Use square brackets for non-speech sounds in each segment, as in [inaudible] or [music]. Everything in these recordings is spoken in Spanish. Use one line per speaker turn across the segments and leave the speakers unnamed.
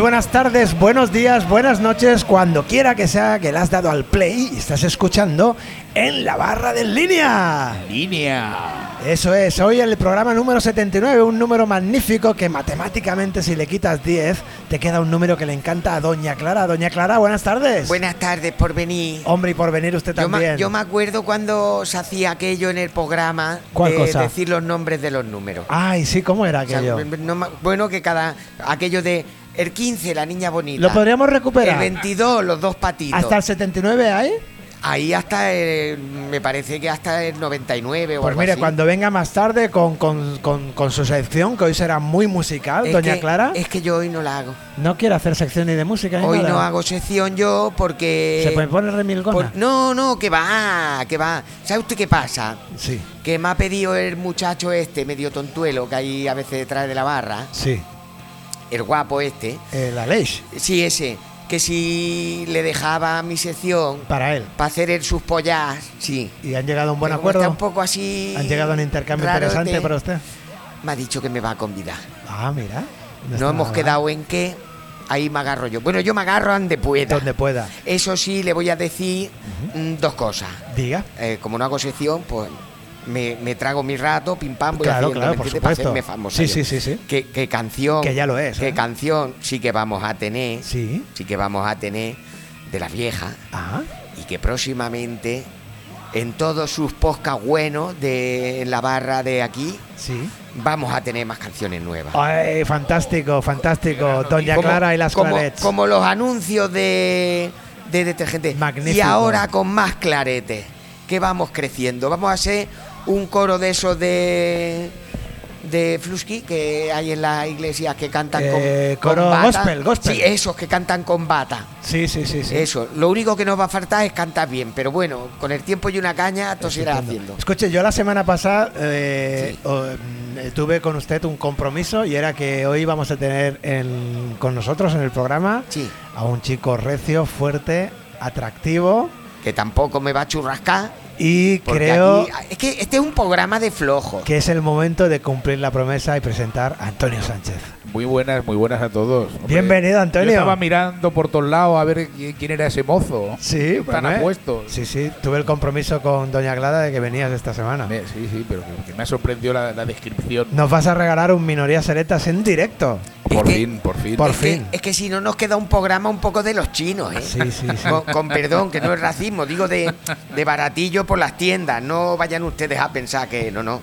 buenas tardes, buenos días, buenas noches, cuando quiera que sea que le has dado al play y estás escuchando en la barra de En línea.
Línea.
Eso es, hoy el programa número 79, un número magnífico que matemáticamente si le quitas 10 te queda un número que le encanta a Doña Clara. Doña Clara, buenas tardes.
Buenas tardes por venir.
Hombre, y por venir usted
Yo
también.
me, yo me acuerdo cuando se hacía aquello en el programa
¿Cuál
de
cosa?
decir los nombres de los números.
Ay, sí, ¿cómo era
O sea,
aquello?
no me- bueno, que cada. aquello de. El 15, la niña bonita.
Lo podríamos recuperar.
El 22, los dos patitos.
¿Hasta el 79 hay?
Ahí hasta. el- me parece que hasta el 99 o
Pues
algo
mire,
así.
cuando venga más tarde con, con- con- con su sección, que hoy será muy musical,
Es
Doña
que-
Clara,
Es que yo hoy no la hago.
no quiere hacer sección ni de música. ni
Hoy
nada.
no hago sección yo porque.
¿Se puede poner remilgona?
por- no, no, que va, que va. ¿Sabe usted qué pasa?
Sí,
que me ha pedido el muchacho este, medio tontuelo, que hay a veces detrás de la barra,
sí.
el guapo este,
Eh, la ley
sí, ese, que si le dejaba mi sección
para él.
para hacer el sus pollas, sí.
Y han llegado a un buen
Pero como Está
acuerdo.
un este? poco así.
Han llegado a un intercambio
rarote,
interesante para usted.
Me ha dicho que me va a convidar.
Ah, mira.
No,
está
hemos
nada.
quedado en que ahí me agarro yo. Bueno, yo me agarro donde pueda.
Donde pueda.
Eso sí, le voy a decir mm, dos cosas.
Diga.
Eh, como no hago sección, pues me, me trago mi rato, pim pam, voy
Claro,
haciendo,
claro,
¿me
por
entiendes? Para
supuesto.
hacerme famoso.
Sí,
yo.
sí, sí, sí.
¿Qué, qué canción?
Que ya lo es,
¿Qué
¿eh?
canción? Sí que vamos a tener. Sí.
Sí.
que vamos a tener de las viejas
Ah,
y que próximamente en todos sus podcasts buenos de la barra de aquí
sí.
vamos a tener más canciones nuevas.
Ay, fantástico, fantástico. Doña
Como-
Clara y las
como,
clarets.
como los anuncios de, de detergente.
Magnífico.
Y ahora con más claretes, que vamos creciendo. Vamos a ser un coro de esos de de Flusky que hay en las iglesias que cantan con-
Eh,
con,
coro
bata.
gospel, gospel.
Sí, esos que cantan con bata.
Sí, sí, sí, sí.
Eso. Lo único que nos va a faltar es cantar bien, pero bueno, con el tiempo y una caña, esto se irá haciendo.
Escuche, yo la semana pasada eh, o- mm, eh, tuve con usted un compromiso y era que hoy íbamos a tener en- con nosotros en el programa
Sí.
a un chico recio, fuerte, atractivo
Que tampoco me va a churrascar.
y
porque
creo
aquí- es que este es un programa de flojo.
que es el momento de cumplir la promesa y presentar a Antonio Sánchez.
Muy buenas, muy buenas a todos. Hombre,
Bienvenido, Antonio.
Yo estaba mirando por todos lados a ver qui- quién era ese mozo.
Sí,
Están
bueno, eh.
apuestos.
Sí, sí, tuve el compromiso con Doña Glada de que venías esta semana.
Me- Sí, sí, pero que, que me ha sorprendido la, la descripción.
Nos vas a regalar un minoría selectas en directo.
Por
Es que-
fin, por fin.
Por
es que-
fin. Ah,
es que si no nos queda un programa un poco de los chinos, ¿eh?
Sí, sí, sí.
Con, con perdón, que no es racismo, digo de, de baratillo por las tiendas. No vayan ustedes a pensar que no, no.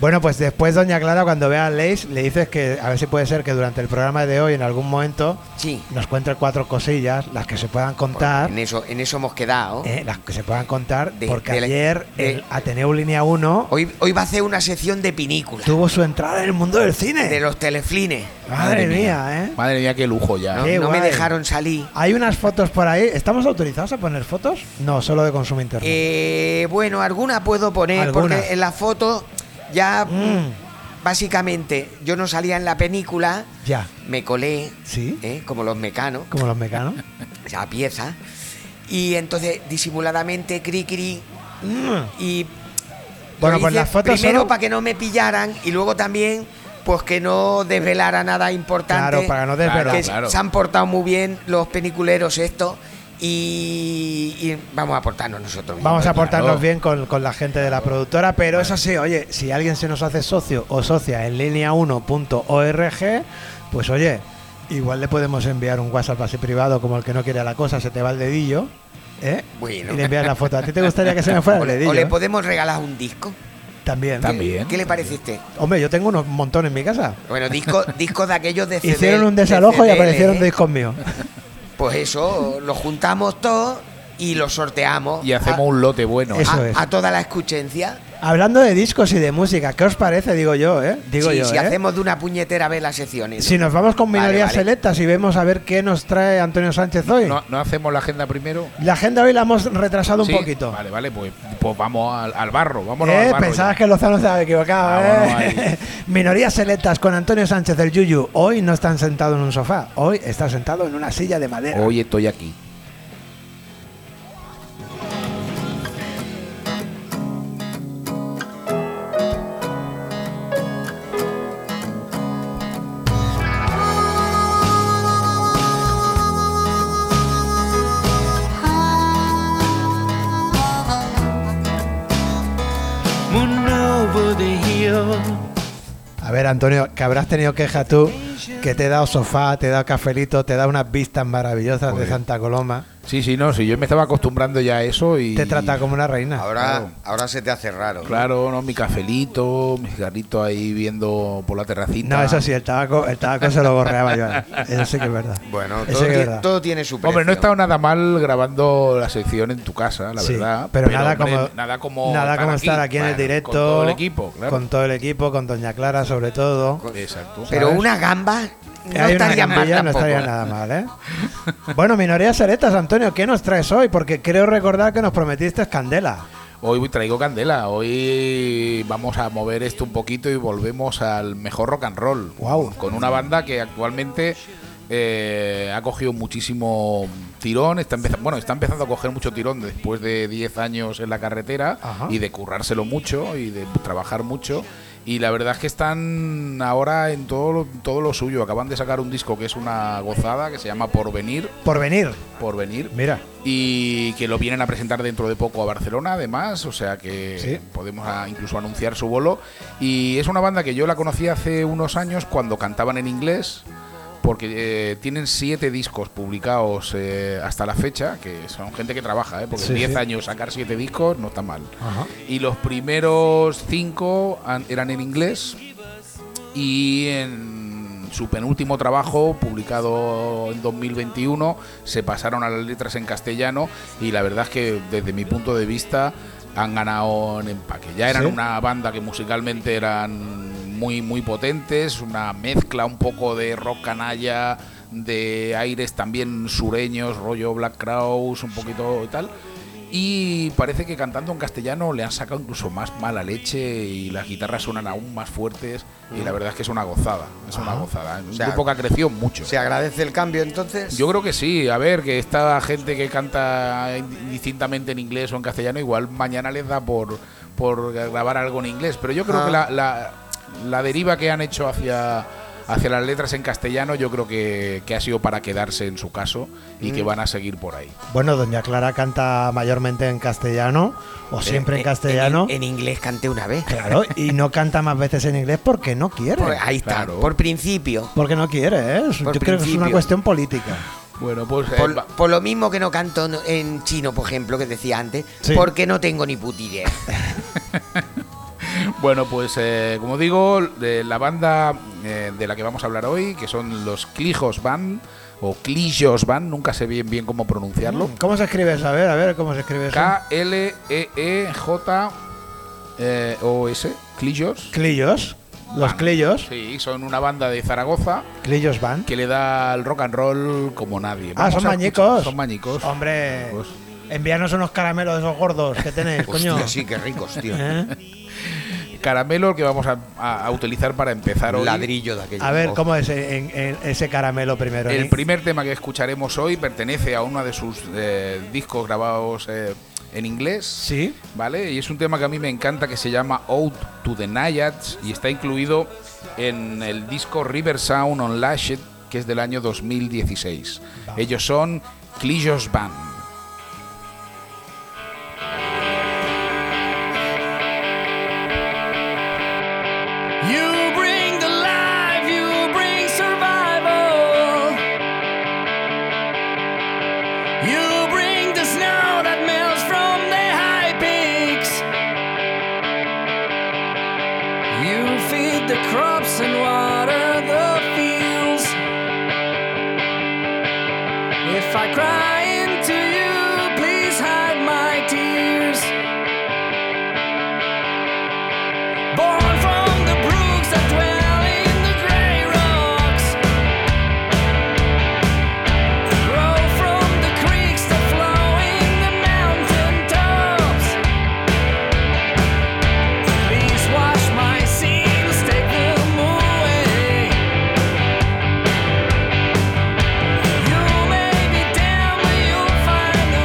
Bueno, pues después Doña Clara, cuando vea a Leis, le dices que a ver si puede ser que durante el programa de hoy, en algún momento,
Sí.
nos cuente cuatro cosillas, las que se puedan contar,
En eso, en eso hemos quedado.
Ah. eh, las que se puedan contar,
De-
porque
de la-
ayer
de-
el Ateneo Línea 1
Hoy, hoy va a hacer una sección de pinícula,
tuvo su entrada en el mundo del cine.
de los teleflines.
Madre, mía, ¿eh?
Madre mía, qué lujo ya.
No,
Qué
No me
guay.
dejaron salir.
Hay unas fotos por ahí. ¿Estamos autorizados a poner fotos? No, solo de consumo interno.
Eh, bueno, alguna puedo poner,
Alguna.
porque en la foto ya.
Mm.
Básicamente, yo no salía en la película,
ya,
me colé,
Sí.
¿eh? como los mecanos.
como los mecanos.
esa pieza. Y entonces, disimuladamente, cri cri.
Mm.
Y.
Bueno,
lo
pues
hice
las fotos
Primero
solo-
para que no me pillaran y luego también, pues que no desvelara nada importante.
Claro, para no desvelar.
Que
Claro.
se han portado muy bien los peniculeros estos y, y vamos a portarnos nosotros. mismos.
Vamos a portarnos
Claro.
bien con, con la gente de la productora, pero eso sí, oye, si alguien se nos hace socio o socia en línea1.org, pues oye, igual le podemos enviar un WhatsApp así privado como el que no quiere a la cosa, se te va el dedillo, ¿eh?
Bueno.
Y le envías la foto. ¿A ti te gustaría que se me fuera
[laughs] O
el
le,
dedillo?
o le
eh?
podemos regalar un disco.
También.
También.
¿Qué le parece a usted?
Hombre, yo tengo unos montón en mi casa.
Bueno, disco, disco de aquellos de CD,
Hicieron un
de
desalojo y
CDL,
aparecieron
¿eh?
discos míos.
Pues eso, lo juntamos todos y lo sorteamos.
Y hacemos un lote bueno.
ah,
Ah,
Eso.
a,
es.
a toda la escuchencia.
Hablando de discos y de música, ¿qué os parece? Digo yo, ¿eh? Digo
Sí,
yo,
si
¿eh?
hacemos de una puñetera vez las secciones.
Si nos vamos con
Vale,
minorías
vale.
selectas y vemos a ver qué nos trae Antonio Sánchez hoy.
¿No, no hacemos la agenda primero?
La agenda hoy la hemos retrasado
Sí.
un poquito.
Vale, vale, pues, pues vamos al, al barro. Vámonos
Eh,
al barro.
pensabas
ya. Ah,
que Lozano se había equivocado,
Vámonos
¿eh? [laughs] Minorías selectas con Antonio Sánchez del Yuyu. Hoy no están sentados en un sofá, hoy está sentado en una silla de madera.
Hoy estoy aquí.
Hoy
ver, Antonio, que habrás tenido queja tú, que te he dado sofá, te he dado cafelito, te he dado unas vistas maravillosas
Joder.
de Santa Coloma.
Sí, sí, no, sí, yo me estaba acostumbrando ya a eso y...
Te trata como una reina.
Ahora, ahora se te hace raro.
Claro, no, mi cafelito, mi cigarrito ahí viendo por la terracita.
No, eso sí, el tabaco, el tabaco se lo gorreaba yo. a él. Eso sí que es verdad.
Bueno,
Eso
todo,
sí que
ti-
es verdad.
todo tiene su precio.
Hombre, no he estado nada mal grabando la sección en tu casa, la
Sí,
verdad.
Pero, nada,
hombre,
como,
nada como
nada como estar aquí en el
bueno,
directo.
Con todo el equipo, claro.
Con todo el equipo, con Doña Clara sobre todo.
Exacto.
Pero
¿sabes?
una gamba no
Hay una
estaría mal
gambilla, no
tampoco. ¿eh?
estaría nada mal, ¿eh? [laughs] bueno, minorías heretas, Antonio, ¿qué nos traes hoy? Porque creo recordar que nos prometiste candela.
Hoy traigo candela, hoy vamos a mover esto un poquito y volvemos al mejor rock and roll.
Guau.
Con una banda que actualmente eh, ha cogido muchísimo tirón, está empezando, bueno, está empezando a coger mucho tirón después de 10 años en la carretera
Ajá.
y de currárselo mucho y de trabajar mucho. Y la verdad es que están ahora en todo lo, todo lo suyo. Acaban de sacar un disco que es una gozada, que se llama Porvenir.
Por venir.
Porvenir
Mira,
y que lo vienen a presentar dentro de poco a Barcelona, además, o sea que
Sí.
podemos ah, incluso anunciar su bolo. Y es una banda que yo la conocí hace unos años cuando cantaban en inglés, porque eh, tienen siete discos publicados eh, hasta la fecha, que son gente que trabaja, ¿eh? porque
Sí,
en 10
sí.
años sacar siete discos no está mal.
Ajá.
Y los primeros cinco an- eran en inglés, y en su penúltimo trabajo, publicado en 2021, se pasaron a las letras en castellano y la verdad es que desde mi punto de vista han ganado en empaque. Ya eran
¿Sí?
una banda que musicalmente eran muy muy potentes, una mezcla un poco de rock canalla, de aires también sureños, rollo Black Crowes, un poquito y tal. Y parece que cantando en castellano le han sacado incluso más mala leche y las guitarras suenan aún más fuertes. Y la verdad es que es una gozada. Es una gozada. Es un
sea,
grupo que ha crecido mucho.
¿Se agradece el cambio entonces?
Yo creo que sí. A ver, que esta gente que canta indistintamente en inglés o en castellano, igual mañana les da por, por grabar algo en inglés. Pero yo creo
Ah.
que la, la- la deriva que han hecho hacia, hacia las letras en castellano, yo creo que, que ha sido para quedarse en su caso y que van a seguir por ahí.
bueno, Doña Clara canta mayormente en castellano o siempre
eh,
en castellano.
En, en inglés canté una vez.
Claro, [laughs] y no canta más veces en inglés porque no quiere.
Pues,
Por- ahí está,
Claro.
por principio.
Porque no quiere, ¿eh? Es- Yo
Por
creo que es una
principio.
cuestión política.
Bueno, pues. eh,
Por,
va- [clears throat]
por lo mismo que no canto en- en chino, por ejemplo, que decía antes,
Sí.
porque no tengo ni puta idea.
Bueno, pues eh, como digo, de la banda eh, de la que vamos a hablar hoy, que son los Clijos Van, o Clijos Van, nunca sé bien bien cómo pronunciarlo.
¿Cómo se escribe eso? A ver, a ver, ¿cómo se escribe eso?
K-L-E-E-J-O-S, Clijos.
Clillos. Los
Van.
clillos.
Sí, son una banda de Zaragoza
Clillos van.
que le da al rock and roll como nadie.
Ah,
Vamos
son Ah,
a escuchar-
mañicos.
Son mañicos.
Hombre,
Pues-
envíanos unos caramelos de esos gordos que tenéis, coño.
Hostia, sí, qué ricos, tío.
[laughs] ¿Eh?
Caramelo que vamos a, a- a utilizar para empezar hoy.
Ladrillo de aquello.
A ver,
Oh.
¿cómo es en- en- ese caramelo primero? eh?
El
Ni-
primer tema que escucharemos hoy pertenece a uno de sus eh, discos grabados eh, en inglés.
Sí.
¿Vale? Y es un tema que a mí me encanta que se llama Out to the Naiads y está incluido en el disco River Sound on Lashed, que es del año 2016. Ellos son Clijos Band.
You bring the life, you bring survival. You bring the snow that melts from the high peaks. You feed the crops and water the fields. If I cry into you, please hide my tears. Born from the brooks that dwell in the grey rocks, grow from the creeks that flow in the mountain tops. Please wash my sins, take them away. You may be down, but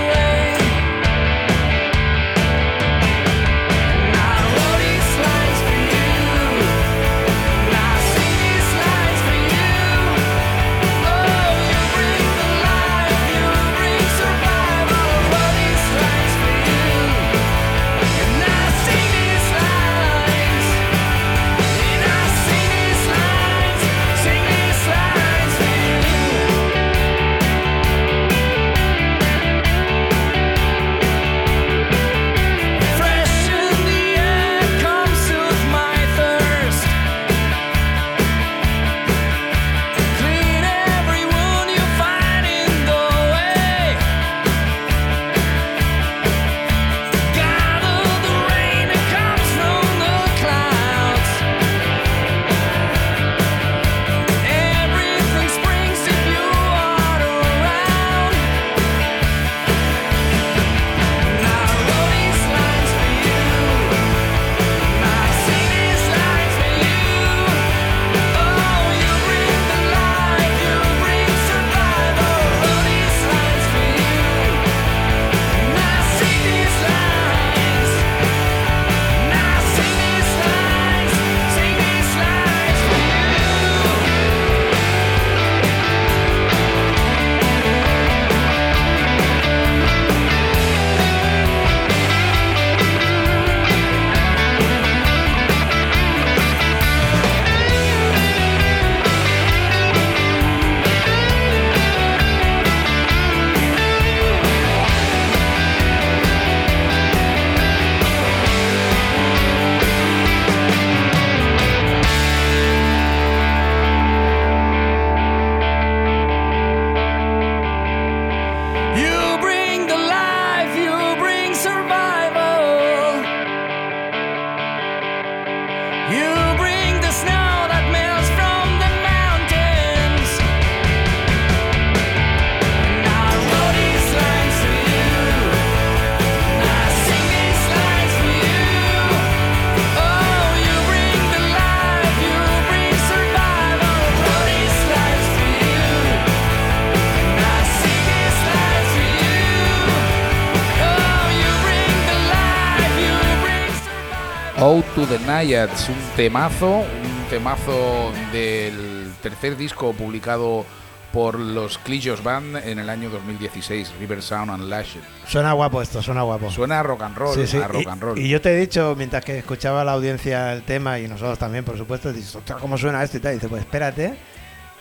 Oh, Oh,
Out to the Naiads, un temazo, un temazo del tercer disco publicado por los Clillos Band en el año 2016, River Sound and Lashed.
Suena guapo esto, suena guapo.
Suena a rock and roll,
Sí, sí.
a rock
y,
and roll.
y yo te he dicho, mientras que escuchaba a la audiencia el tema y nosotros también, por supuesto, dices, ostras, ¿cómo suena esto y tal? Y dices, pues espérate,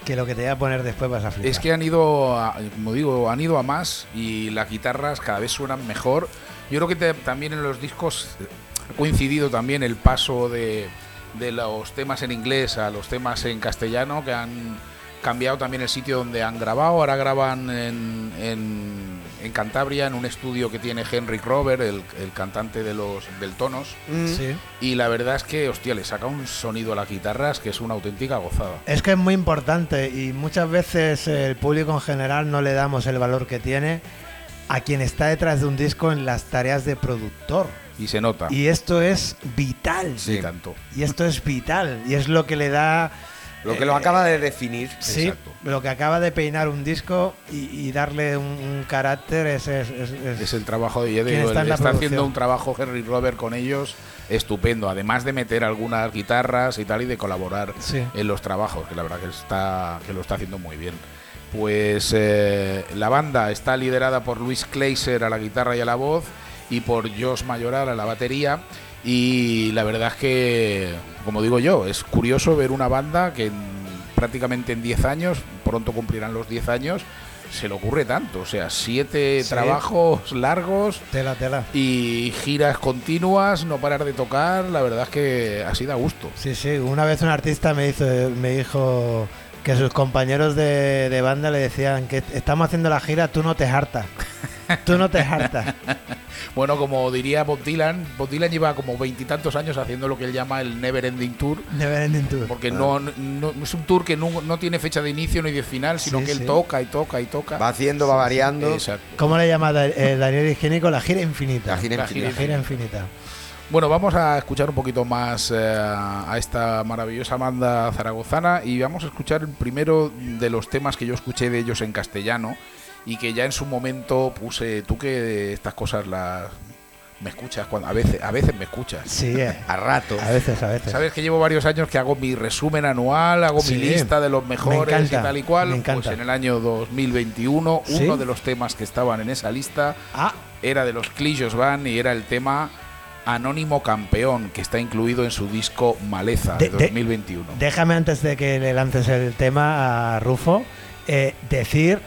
que lo que te voy a poner después vas a flipar.
Es que han ido, a- como digo, han ido a más y las guitarras cada vez suenan mejor. Yo creo que te- también en los discos ha coincidido también el paso de, de los temas en inglés a los temas en castellano, que han cambiado también el sitio donde han grabado. Ahora graban en, en- en Cantabria, en un estudio que tiene Henry Robert, el, el cantante de los del Tonos.
Mm.
Sí.
Y la verdad es que, hostia, le saca un sonido a las guitarras que es una auténtica gozada.
Es que es muy importante y muchas veces el público en general no le damos el valor que tiene a quien está detrás de un disco en las tareas de productor.
Y se nota.
Y esto es vital.
Ah. sí, tanto.
Y esto es vital. Y es lo que le da...
Lo que lo
eh,
acaba de definir.
Sí,
Exacto.
lo que acaba de peinar un disco y, y darle un, un carácter es, es- es- es-
Es el trabajo de
Eh, ¿Quién
Diego. Está,
está en la
está
producción?
haciendo un trabajo Henry Robert con ellos estupendo. Además de meter algunas guitarras y tal y de colaborar
Sí.
en los trabajos, que la verdad que está que lo está haciendo muy bien. Pues eh, la banda está liderada por Luis Kleiser a la guitarra y a la voz y por Josh Mayoral a la batería. Y la verdad es que, como digo yo, es curioso ver una banda que en- prácticamente en 10 años, pronto cumplirán los 10 años, se le ocurre tanto. O sea, siete
Sí.
trabajos largos
tela, tela.
y giras continuas, no parar de tocar. La verdad es que así da gusto.
Sí, sí, una vez un artista me, hizo, me dijo que sus compañeros de, de banda le decían que estamos haciendo la gira, tú no te hartas. Tú no te hartas.
Bueno, como diría Bob Dylan, Bob Dylan lleva como veintitantos años haciendo lo que él llama el Never Ending Tour,
Never Ending Tour.
porque no,
Ah.
no- es un tour que no, no tiene fecha de inicio ni de final, sino
Sí,
que él
sí.
toca y toca y toca.
Va haciendo, va variando.
Exacto.
¿Cómo le llama Da- eh, Daniel Higiénico? La gira infinita.
La gira
La
infinita.
La gira infinita.
Bueno, vamos a escuchar un poquito más eh, a esta maravillosa banda zaragozana y vamos a escuchar el primero de los temas que yo escuché de ellos en castellano y que ya en su momento puse, tú que estas cosas las... Me escuchas cuando a veces a veces me escuchas.
Sí,
[laughs]
eh.
A ratos.
a veces, a veces.
Sabes que llevo varios años que hago mi resumen anual, hago
Sí.
mi lista de los
Me
mejores
encanta,
y tal y cual.
me encanta.
Pues en el año 2021,
¿Sí?
uno de los temas que estaban en esa lista
Ah,
era de los Clillos Van y era el tema Anónimo Campeón, que está incluido en su disco Maleza de,
De- de-
2021.
déjame antes de que le lances el tema a Rufo, eh, decir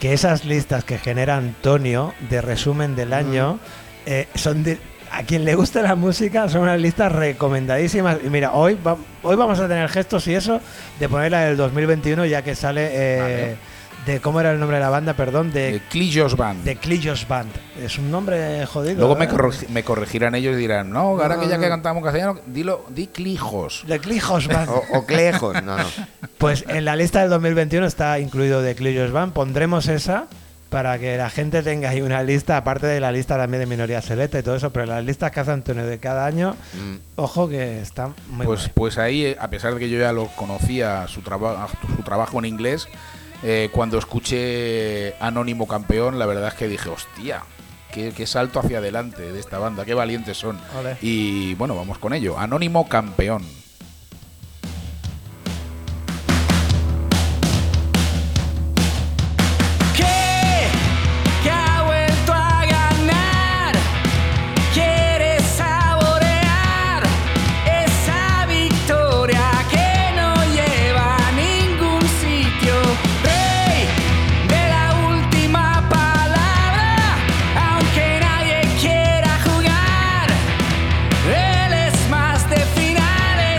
que esas listas que genera Antonio de resumen del año eh, son de- a quien le gusta la música son unas listas recomendadísimas. Y mira, hoy, va- hoy vamos a tener gestos y eso de ponerla del 2021 ya que sale eh,
Vale.
de cómo era el nombre de la banda, perdón,
Eh,
de,
Clillos Van.
de Clillos Band. Es un nombre jodido.
Luego me,
¿eh?
corregi- me corregirán ellos y dirán, no, ahora que ya que cantamos castellano, dilo, di Clijos.
De Clijos Band.
Oh,
O, o Clejos. No, no.
Pues en la lista del 2021 está incluido de Clillos Van. Pondremos esa para que la gente tenga ahí una lista, aparte de la lista también de minoría selecta y todo eso, pero las listas que hace Antonio de cada año, ojo que están muy
Mm. Pues,
guay.
pues ahí, eh, a pesar de que yo ya lo conocía, su, traba- su trabajo en inglés, eh, cuando escuché Anónimo Campeón, la verdad es que dije, hostia, qué, qué salto hacia adelante de esta banda, qué valientes son.
Ole.
Y bueno, vamos con ello. Anónimo Campeón.
¿Qué? Que ha vuelto a ganar. Quieres saborear esa victoria que no lleva a ningún sitio. Rey de la última palabra, aunque nadie quiera jugar. Él es más de finales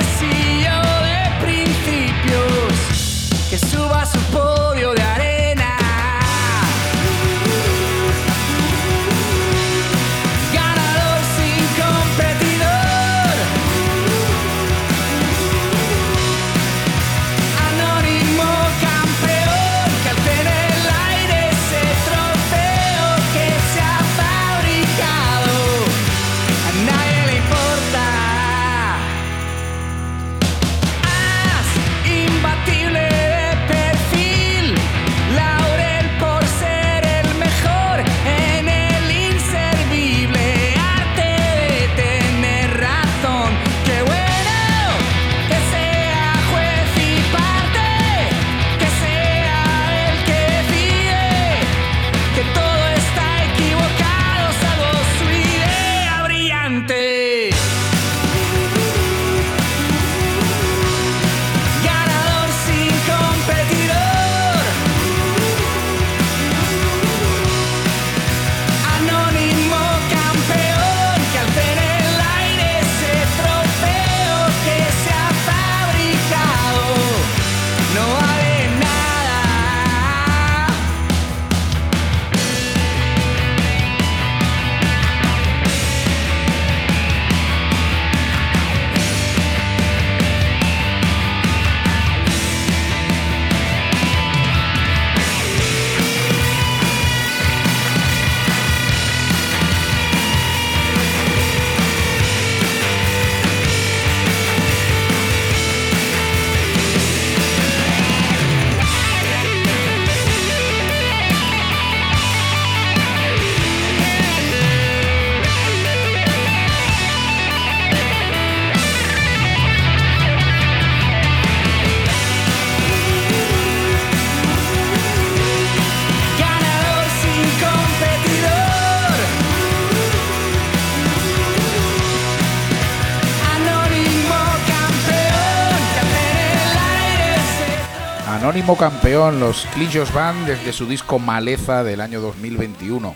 homónimo campeón, los Clichos Van, desde su disco Maleza del año 2021,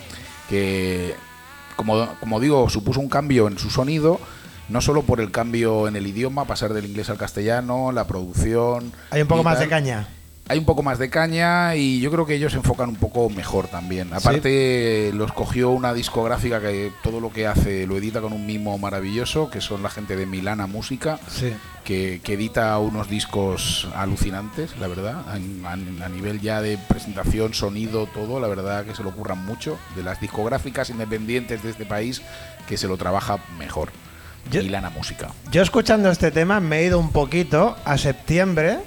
que, como, como digo, supuso un cambio en su sonido, no solo por el cambio en el idioma, pasar del inglés al castellano, la producción.
Hay un poco
y
más de
tal.
caña.
Hay un poco más de caña y yo creo que ellos se enfocan un poco mejor también. Aparte, los cogió una discográfica que todo lo que hace lo edita con un mimo maravilloso, que son la gente de Milana Música
Sí.
que, que edita unos discos alucinantes, la verdad, a, a- a nivel ya de presentación, sonido, todo, la verdad que se lo ocurran mucho, de las discográficas independientes de este país, que se lo trabaja mejor.
Yo-
Y Lana Música.
Yo escuchando este tema me he ido un poquito a septiembre.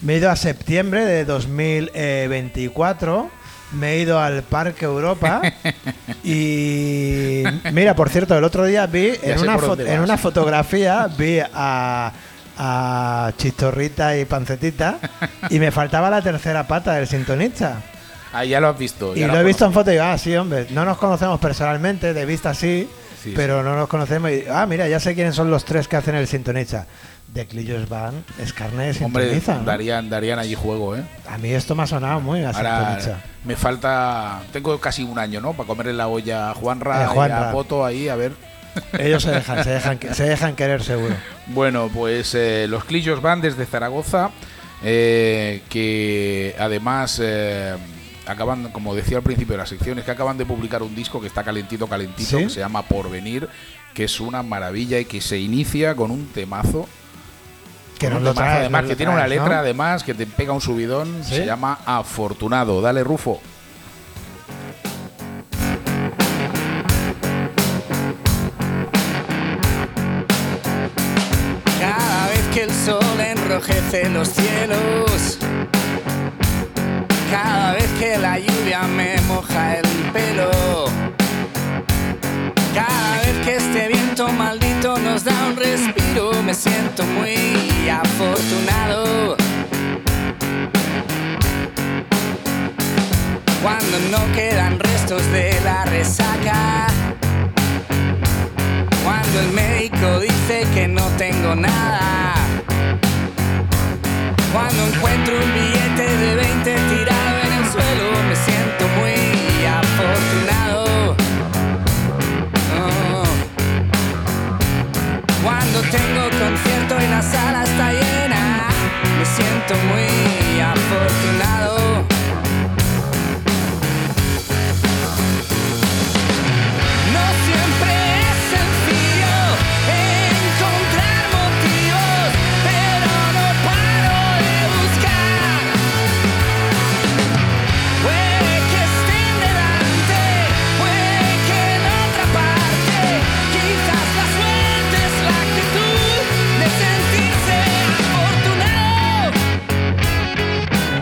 Me he ido a septiembre de 2024. Me he ido al Parque Europa.
[laughs]
y mira, por cierto, el otro día vi en,
sé
una,
por
fo-
dónde
en
vas.
una fotografía, vi a, a Chistorrita
[laughs]
y Pancetita. y me faltaba la tercera pata del sintonista.
Ah, ya lo has visto.
Y
ya
lo
la
he visto en
conozco.
foto y digo, ah, sí, hombre, no nos conocemos personalmente, de vista sí,
Sí,
pero no nos conocemos. Y, ah, mira, ya sé quiénes son los tres que hacen el sintonista. De Clillos Van, es carne de
Hombre,
sintoniza. ¿no?
darían, darían allí juego, ¿eh?
A mí esto me ha sonado muy a
Ahora
sintoniza.
me falta. Tengo casi un año, ¿no? Para comer en la olla a
A
Juanra,
Juanra.
y a Poto ahí, a ver.
Ellos se dejan, se dejan, que- se dejan querer seguro.
Bueno, pues eh, los Clillos van desde Zaragoza, eh, que además eh, acaban, como decía al principio de las secciones, que acaban de publicar un disco que está calentito, calentito,
¿Sí?
que se llama Porvenir, que es una maravilla y que se inicia con un temazo.
Que
con
nos
un
lo
temazo,
traes,
además,
nos
que
lo
tiene una
traes, ¿no?
letra, además, que te pega un subidón,
¿Sí?
se llama Afortunado. Dale, Rufo.
Cada vez que el sol enrojece los cielos, cada vez que la lluvia me moja el pelo, cada vez que este viento maldito nos da un respiro, me siento muy afortunado. Cuando no quedan restos de la resaca, cuando el médico dice que no tengo nada. Cuando encuentro un billete de 20 tirado en el suelo, me siento muy afortunado. Oh. Cuando tengo concierto y la sala está llena, me siento muy afortunado. No siempre es sencillo encontrar motivos, pero no paro de buscar. Puede que estén delante, puede que en otra parte. Quizás la suerte es la actitud de sentirse afortunado.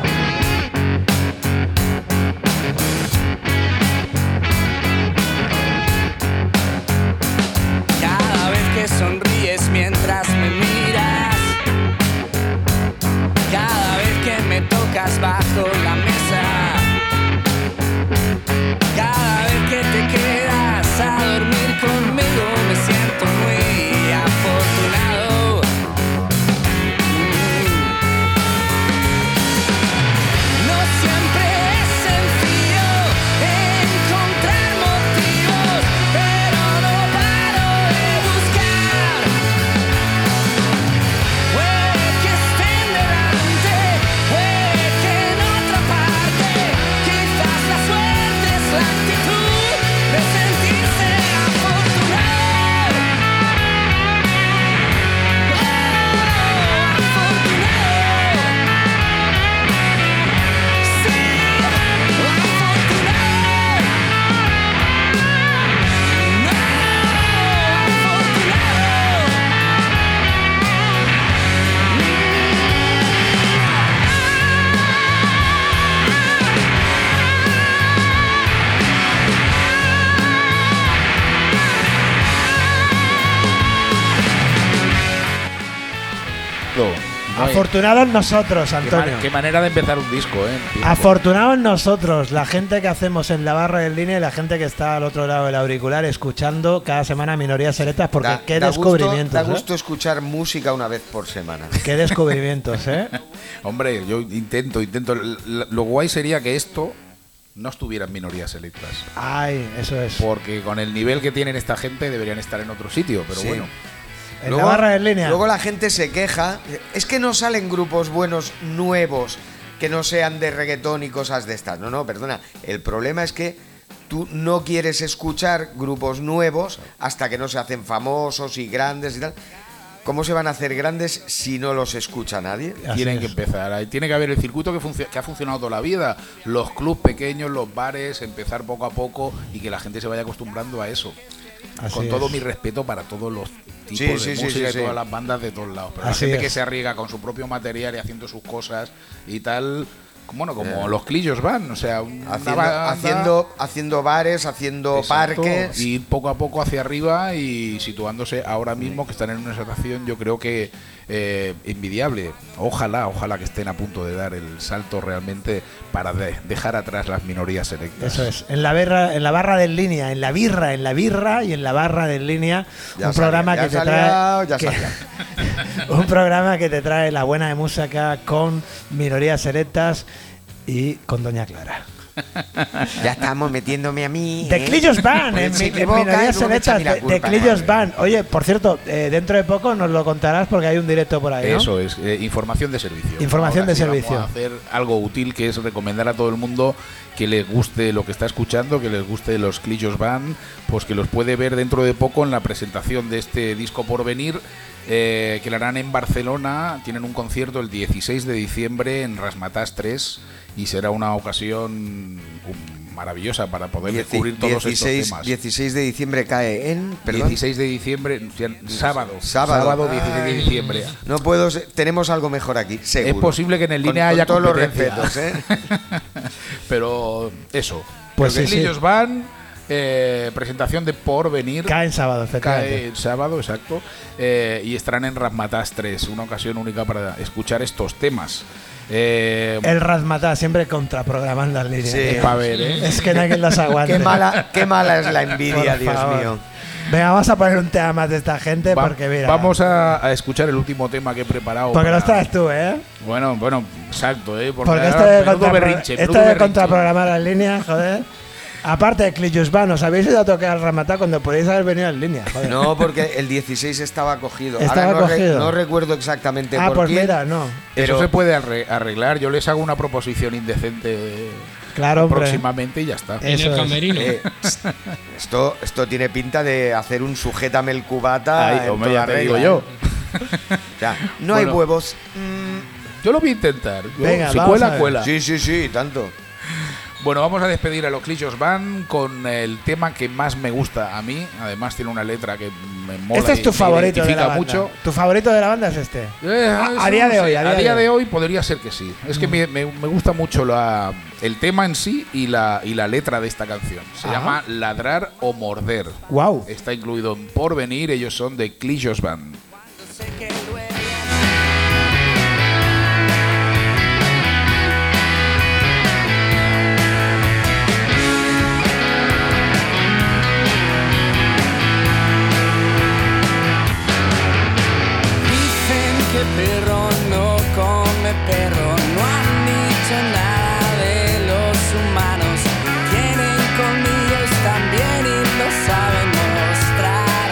Oye,
Afortunados nosotros,
qué, ma-
Antonio.
qué manera de empezar un disco, ¿eh? Tío.
Afortunados nosotros, la gente que hacemos en la barra en línea y la gente que está al otro lado del auricular escuchando cada semana minorías selectas, [laughs] porque
Da-
qué
da gusto-
descubrimientos.
Da
¿eh?
gusto escuchar música una vez por semana.
Qué descubrimientos, ¿eh?
Hombre, yo intento, intento. L- l- Lo guay sería que esto no estuviera en minorías selectas.
Ay, eso es.
Porque con el nivel que tienen esta gente deberían estar en otro sitio, pero
Sí.
bueno.
En la barra en línea.
Luego la gente se queja. Es que no salen grupos buenos nuevos que no sean de reggaetón y cosas de estas. No, no, perdona. El problema es que tú no quieres escuchar grupos nuevos hasta que no se hacen famosos y grandes y tal. ¿Cómo se van a hacer grandes si no los escucha nadie?
Así
tienen
es.
que empezar. Ahí Tiene que haber el circuito que, funcio- que ha funcionado toda la vida. Los clubes pequeños, los bares, empezar poco a poco y que la gente se vaya acostumbrando a eso.
Así
con todo
es.
mi respeto para todos los tipos
Sí,
de
sí, sí,
música
sí,
y
sí.
todas las bandas de todos lados. Pero
Así
la gente
es.
que se arriesga con su propio material y haciendo sus cosas y tal. Bueno, como los clillos van, o sea, una
Eh. Haciendo,
banda-
haciendo, haciendo bares, haciendo
Exacto,
parques. [laughs]
Ir poco a poco hacia arriba y situándose ahora mismo, que están en una situación, yo creo que eh, envidiable. Ojalá, ojalá que estén a punto de dar el salto realmente para de- dejar atrás las minorías selectas.
Eso es, en la, berra, en la barra de en línea, en la birra, en la birra y en la barra de en línea,
Ya
un
salía,
programa
ya
que te
salía,
trae
ya
que-
salía.
[laughs] un programa que te trae la buena de música con minorías selectas y con Doña Clara.
Ya estamos metiéndome a mí.
De
¿eh?
Clillos Van,
Pues
en,
si
mi-
te
en
equivocas,
minorías
luego me echa
selectas
a mí la
de, de
culpa,
Clillos
madre.
Van. Oye, por cierto, eh, dentro de poco nos lo contarás porque hay un directo por ahí, ¿no?
Eso es, eh, información de servicio.
Información de
sí vamos
servicio.
a hacer algo útil que es recomendar a todo el mundo que les guste lo que está escuchando, que les guste los Clillos Band, pues que los puede ver dentro de poco en la presentación de este disco por venir. eh, que la harán en Barcelona, tienen un concierto el 16 de diciembre en Rasmatas 3 y será una ocasión um, maravillosa para poder
Dieci-
descubrir todos estos
16,
temas.
16 de diciembre cae en. Perdón.
16 de diciembre, o sea, sábado,
Sábado.
16 de diciembre.
No puedo. ser- Tenemos algo mejor aquí, seguro.
Es posible que en el
Con-
línea
con
haya
todos los
competencia.
respetos, ¿eh?
[laughs] Pero eso.
Pues
Pues
sí, sí.
van. eh, presentación de Porvenir.
Cae en sábado, efectivamente.
Cae el sábado, exacto. eh, y estarán en Rasmatas 3. Una ocasión única para escuchar estos temas. Eh,
El Razmatá siempre contraprogramando las líneas.
Sí.
tío.
pa' ver, ¿eh?
Es que
[laughs]
nadie las aguante.
Qué mala, qué mala es la envidia,
Por
Dios
favor.
mío.
Venga, vamos a poner un tema más de esta gente
va-
Eh, porque mira.
Vamos a, a escuchar el último tema que he preparado.
Porque lo
para-
estás tú, ¿eh?
Bueno, bueno, exacto, ¿eh?
Porque esto
ahora
de,
menudo
contrapro-
berrinche,
esto
menudo
de
berrinche.
contraprogramar las líneas, joder. Aparte de Clillusban, os habéis ido a tocar al Ramatá cuando podéis haber venido en línea, joder.
No, porque el 16 estaba cogido.
Estaba
Ahora no, re-
cogido.
no recuerdo exactamente
ah,
por
pues
quién.
mira, no.
Eso
pero-
se puede arre- arreglar. Yo les hago una proposición indecente eh,
Claro, hombre.
próximamente y ya está.
Eh,
En
Eso
el
es.
camerino.
Eh, esto, esto tiene pinta de hacer un sujétame el cubata.
Ahí,
en
hombre,
toda
ya te
regla,
digo yo.
¿eh? O sea, no hay
Bueno.
huevos.
Yo lo voy a intentar. Yo,
Venga,
si
vamos a
cuela,
ver.
cuela.
Sí, sí, sí, tanto.
Bueno, vamos a despedir a los Clichos Van con el tema que más me gusta a mí. Además, tiene una letra que me mola.
Este es
y
tu
me
favorito de la
identifica
banda.
mucho.
Tu favorito de la banda es este.
Eh,
A-
eso
a día
no
de
sé.
hoy, Mm. a día de
de hoy podría ser que sí. Es que me, me- me gusta mucho la, el tema en sí y la, y la letra de esta canción. Se
Ajá.
llama Ladrar o Morder.
Wow.
Está incluido en Porvenir. Ellos son de Clichos Van.
Sé que duele. Dicen que perro no come perro, no han dicho nada de los humanos. Tienen colmillos también y lo saben mostrar.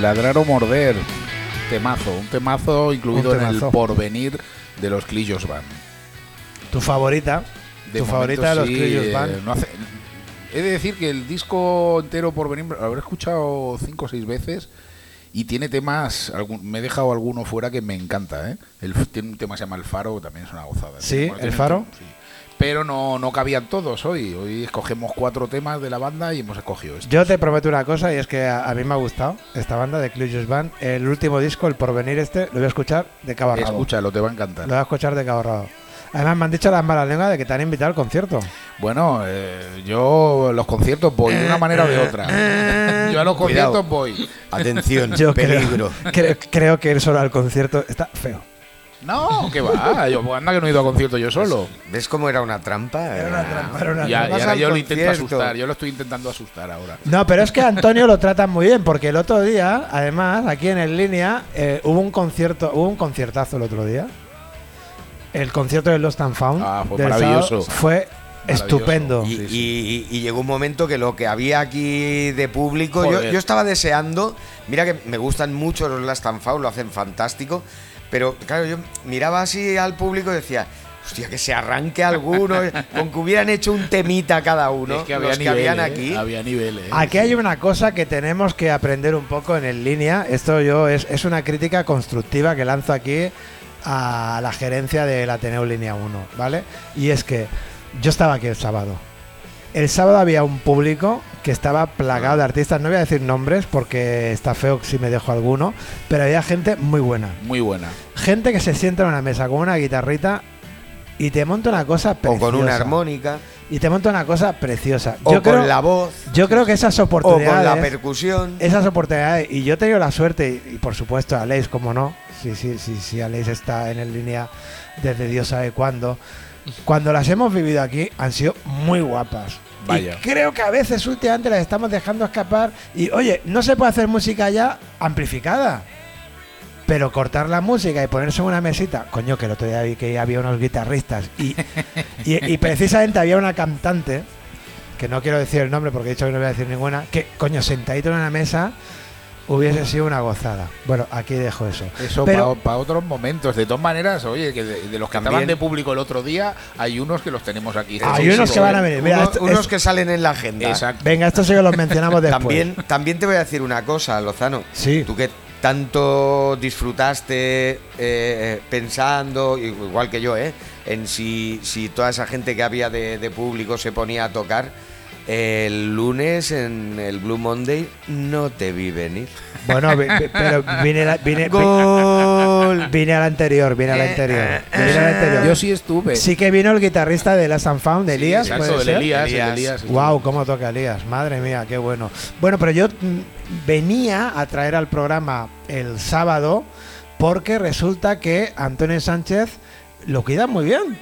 Ladrar o morder. Temazo, un temazo incluido
Un
en
temazo.
el porvenir de los Clillos Band.
Tu favorita.
De
tu
momento,
favorita de los
sí,
Crillos
eh,
Band.
no hace- he de decir que el disco entero por venir lo habré escuchado cinco o seis veces y tiene temas, algún- me he dejado alguno fuera que me encanta. ¿eh? El, tiene un tema que se llama El Faro, que también es una gozada.
Sí,
Tiene-
¿El
tiene-
Faro?
sí. Pero no, no cabían todos hoy. Hoy escogemos cuatro temas de la banda y hemos escogido este.
Yo te prometo una cosa y es que a, a mí me ha gustado esta banda de Crillos Band. El último disco, el porvenir este, lo voy a escuchar de cabo a rabo.
Escúchalo, te va a
Lo
encantar.
voy a escuchar de cabo a rabo. Además, me han dicho las malas lenguas de que te han invitado al concierto.
Bueno, eh, yo a los conciertos voy de una manera o
Eh,
de otra. Yo a los conciertos
Cuidado.
voy.
Atención,
[laughs] Yo creo-
peligro.
Creo, creo que ir solo al concierto está feo.
No, que va. Yo, pues anda que no he ido a conciertos yo solo.
¿Ves cómo era una trampa? Eh,
Era una trampa, era una
Y, a- y
trampa.
ahora
al
yo lo intento
concierto.
asustar, yo lo estoy intentando asustar ahora.
No, pero es que a Antonio lo tratan muy bien, porque el otro día, además, aquí en el línea, eh, hubo un concierto, hubo un conciertazo el otro día. El concierto de Lost and Found.
Ah, fue
del
maravilloso.
sábado, Fue estupendo.
Sí,
Y, y- y llegó un momento que lo que había aquí de público, yo,
Joder.
yo estaba deseando, mira que me gustan mucho los Last and Found, lo hacen fantástico, pero claro, yo miraba así al público y decía, hostia, que se arranque alguno, eh,
[laughs]
con que hubieran hecho un temita cada uno,
Es que
los
había
que
niveles.
habían
¿eh?
aquí.
Había niveles.
Aquí hay una cosa que tenemos que aprender un poco en el línea. Esto yo es, es una crítica constructiva que lanzo aquí a la gerencia del Ateneo Línea 1, ¿vale? Y es que yo estaba aquí el sábado. El sábado había un público que estaba plagado de artistas, no voy a decir nombres porque está feo si me dejo alguno, pero había gente muy buena.
Muy buena.
Gente que se sienta en una mesa con una guitarrita y te monta una cosa
O
preciosa.
con una armónica,
Y te monta una cosa preciosa.
o
yo
con
creo,
la voz,
yo creo que esas
o
oportunidades
con la percusión.
esas oportunidades. Y yo he tenido la suerte, y, y por supuesto Aleix, como no, sí, sí, sí, sí, Aleix está en el línea desde Dios sabe cuándo. Cuando las hemos vivido aquí han sido muy guapas. Y
Vaya.
creo que a veces últimamente las estamos dejando escapar. Y oye, no se puede hacer música ya amplificada. Pero cortar la música y ponerse en una mesita, coño, que el otro día vi que había unos guitarristas
[laughs]
y, y- y precisamente había una cantante, que no quiero decir el nombre porque he dicho que no voy a decir ninguna, que coño, sentadito en una mesa hubiese sido una gozada. Bueno, aquí dejo eso.
Eso
Pero-
para otros momentos. De todas maneras, oye, que de, de los que
También-
estaban de público el otro día, hay unos que los tenemos aquí.
Hay
Sí, sí,
unos
sí,
que van a
eh.
venir. Mira,
Uno-
esto-
unos
esto-
que salen en la agenda.
Exacto.
Venga, esto sí que los mencionamos después.
[laughs] También, también te voy a decir una cosa, Lozano.
Sí.
Tú que tanto disfrutaste eh, pensando, igual que yo, ¿eh? en si, si toda esa gente que había de, de público se ponía a tocar. El lunes en el Blue Monday no te vi venir.
Bueno, vi- vi- pero vine, la- vine,
¡Gol!
vine al anterior, vine al anterior. Vine al anterior.
Eh, Yo sí estuve.
Sí que vino el guitarrista de Last and Found, de Elías.
Exacto,
¿puede
el
ser?
Elías, el
Elías.
Elías estuvo.
Wow, cómo toca Elías, madre mía, qué bueno. Bueno, pero yo mm, venía a traer al programa el sábado porque resulta que Antonio Sánchez lo cuida muy bien.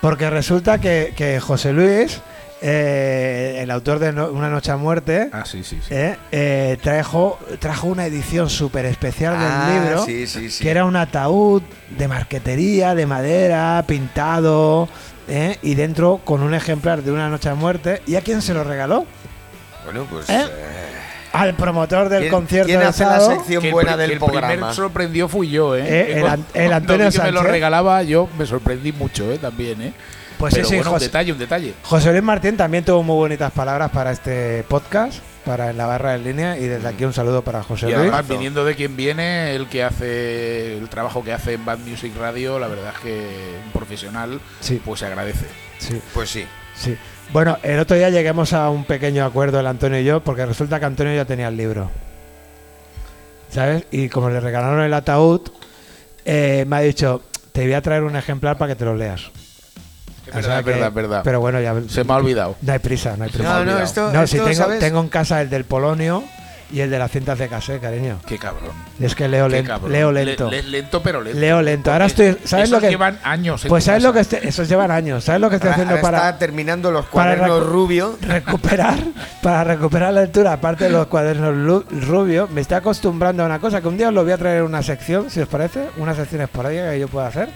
Porque resulta que, que José Luis, eh, el autor de No- Una Noche a Muerte,
Ah, sí, sí, sí.
eh, eh, trajo, trajo una edición súper especial
Ah,
del libro
sí, sí, sí.
que era un ataúd de marquetería, de madera, pintado, ¿eh? y dentro con un ejemplar de Una Noche a Muerte. ¿Y a quién se lo regaló?
Bueno, pues.
¿Eh?
eh,
Al promotor del
¿quién-
concierto
¿Quién
del
hace
sábado.
la sección
Que el
buena
pri- que
del
el
programa?
primer sorprendió fui yo, ¿eh?
Eh,
Que
el
cuando-
an- el
cuando
Antonio
vi que me lo
Sánchez.
regalaba, yo me sorprendí mucho, ¿eh? También, ¿eh?
Pues
Pero
sí, sí,
bueno, un
José,
detalle, un detalle.
José Luis Martín también tuvo muy bonitas palabras para este podcast, para En la barra en línea, y
Mm.
desde aquí un saludo para José
Y
Luis.
además, viniendo de quien viene, el que hace el trabajo que hace en Bad Music Radio, la verdad es que un profesional,
Sí.
pues se agradece.
Sí.
Pues sí.
Sí. Bueno, el otro día llegamos a un pequeño acuerdo el Antonio y yo, porque resulta que Antonio ya tenía el libro. ¿Sabes? Y como le regalaron el ataúd, eh, me ha dicho, te voy a traer un ejemplar para que te lo leas.
Es
O sea
verdad, es
que-
verdad, es verdad.
Pero bueno, ya
se me ha olvidado.
no hay prisa, no hay prisa.
No, no,
olvidado.
esto.
No,
esto,
si tengo,
¿sabes?
tengo en casa el del Polonio y el de las cintas de casé, cariño.
Qué cabrón.
Es que leo,
qué
len-
cabrón.
leo
Le-
lento.
lees lento, pero lento.
Leo lento. Ahora estoy- ¿sabes
Esos
lo que-
llevan años. en
pues
tu
sabes lo que
casa. Ah,
estoy, esos llevan años. ¿Sabes lo que estoy
Ahora-
haciendo
ahora
para
está terminando los
para
cuadernos
recu-
rubio.
recuperar para recuperar la altura aparte de los cuadernos lu- rubios me estoy acostumbrando a una cosa que un día os lo voy a traer en una sección si os parece una sección esporádica que yo pueda hacer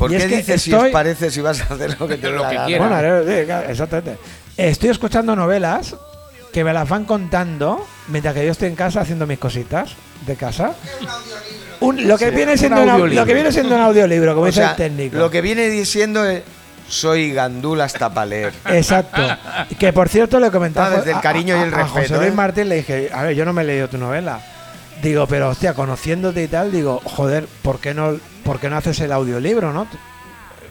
¿Por
Y
qué
es que
dices si os
estoy- eh,
parece si vas a hacer lo que te
Lo
da la
que
gana?
quieras.
bueno, ahora os digo, claro, exactamente estoy escuchando novelas que me las van contando mientras que yo estoy en casa haciendo mis cositas de casa. Un- lo, que
Sí,
viene
un
siendo un au-
audiolibro.
lo que viene siendo un audiolibro, como
O
dice
sea,
el técnico.
Lo que viene diciendo es: soy gandula hasta pa' leer.
Exacto. Que por cierto le comentaba.
Ah, desde el cariño y el
A José
respeto,
Luis
¿eh?
Martín le dije, a ver, yo no me he leído tu novela. Digo, pero hostia, conociéndote y tal, digo, joder, ¿por qué no, por qué no haces el audiolibro, no?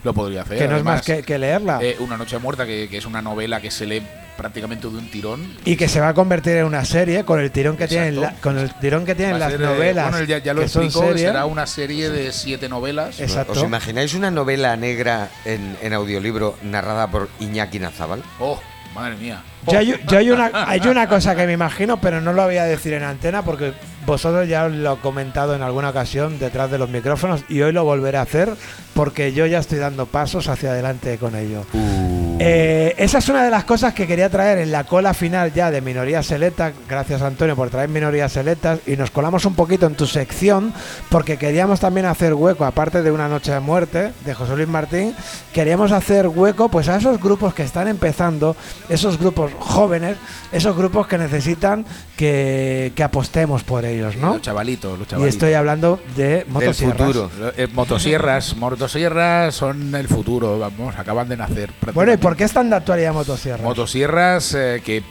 Lo podría hacer.
que no es más
además.
que, que leerla.
Eh, Una noche muerta, que, que es una novela que se lee prácticamente de un tirón.
y que se va a convertir en una serie con el tirón que tienen
Exacto.
la- con el tirón que
Va
tienen
a
las
ser, eh,
novelas.
bueno, ya, ya lo
que son Eh.
explico,
serie.
será una serie de siete novelas.
Exacto.
¿Os imagináis una novela negra en, en audiolibro narrada por Iñaki Nazabal?
Oh, madre mía. Oh.
Yo hay, yo hay una, hay una cosa que me imagino, pero no lo voy a decir en antena porque vosotros ya os lo he comentado en alguna ocasión detrás de los micrófonos y hoy lo volveré a hacer porque yo ya estoy dando pasos hacia adelante con ello. Eh, esa es una de las cosas que quería traer en la cola final ya de Minoría Selecta. Gracias Antonio por traer Minorías Selectas y nos colamos un poquito en tu sección porque queríamos también hacer hueco, aparte de Una Noche de Muerte de José Luis Martín, queríamos hacer hueco pues a esos grupos que están empezando, esos grupos jóvenes, esos grupos que necesitan que, que apostemos por ellos, ¿no?
Los chavalitos, los
Y
chavalitos.
estoy hablando de
Del
motosierras.
futuro.
Eh, motosierras, [laughs] motosierras son el futuro, vamos, acaban de nacer.
Bueno, ¿y
prácticamente.
por qué están de actualidad motosierras?
Motosierras eh, que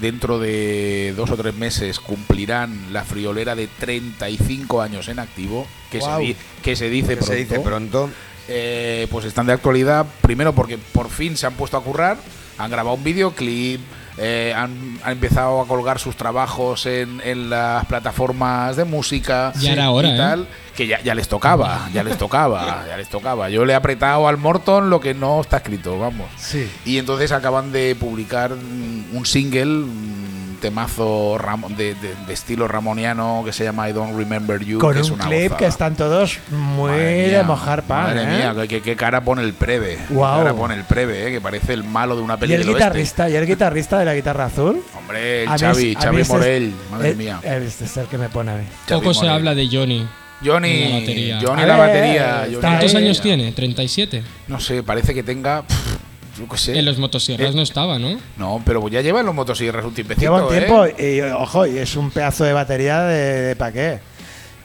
dentro de dos o tres meses cumplirán la friolera de 35 años en activo, que,
Guau.
se, di- que se dice
Que
pronto.
se dice pronto.
Eh, pues están de actualidad, primero porque por fin se han puesto a currar, han grabado un videoclip, eh, han, han empezado a colgar sus trabajos en, en las plataformas de música
Ya era hora, ¿eh?
y tal, que ya, ya les tocaba, ya les tocaba, ya les tocaba. Yo le he apretado al Morton lo que no está escrito, vamos.
Sí.
Y entonces acaban de publicar mm, un single, un temazo ramo- de, de- de estilo ramoniano que se llama I Don't Remember You.
Con
que es
un
una
clip
gozada.
que están todos muy
Madre mía,
de mojar pan.
Madre
¿eh?
mía, qué- qué, qué cara pone el preve. qué
Guau.
cara pone el preve, eh, que parece el malo de una
Y
película.
el guitarrista, y el guitarrista de la guitarra azul.
Hombre, este. el
A mí
Xavi,
es- a mí
Xavi
este es-
Morell, madre
eh,
mía.
eh, Este es el que me pone a mí.
Xavi
Poco se
Morell.
habla de Johnny.
Johnny, Eh,
la batería.
Johnny
A
la
ver, eh,
batería.
está
Johnny
¿Cuántos
la
ahí.
años
batería.
tiene? 37.
No sé, parece que tenga. pff, yo qué sé.
En los motosierras
Eh.
no estaba, ¿no?
No, pero ya lleva en los motosierras un tiempecito.
Lleva un
¿eh?
tiempo, y ojo, y es un pedazo de batería de, de paqué.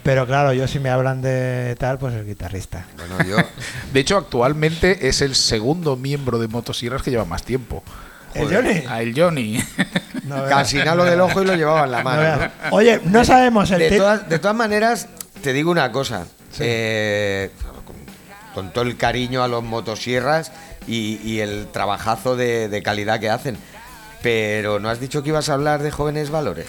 Pero claro, yo si me hablan de tal, pues el guitarrista.
Bueno,
[laughs]
yo.
De hecho, actualmente es el segundo miembro de motosierras que lleva más tiempo.
¿El Johnny?
A el Johnny.
No veas,
Casi nada lo del ojo y lo llevaba en la
no
mano. ¿no?
veas. Oye, no sabemos el
De
ti-
todas, de todas maneras, te digo una cosa. Eh, con, con todo el cariño a los motosierras y, y el trabajazo de, de calidad que hacen. Pero no has dicho que ibas a hablar de
[laughs]
jóvenes valores.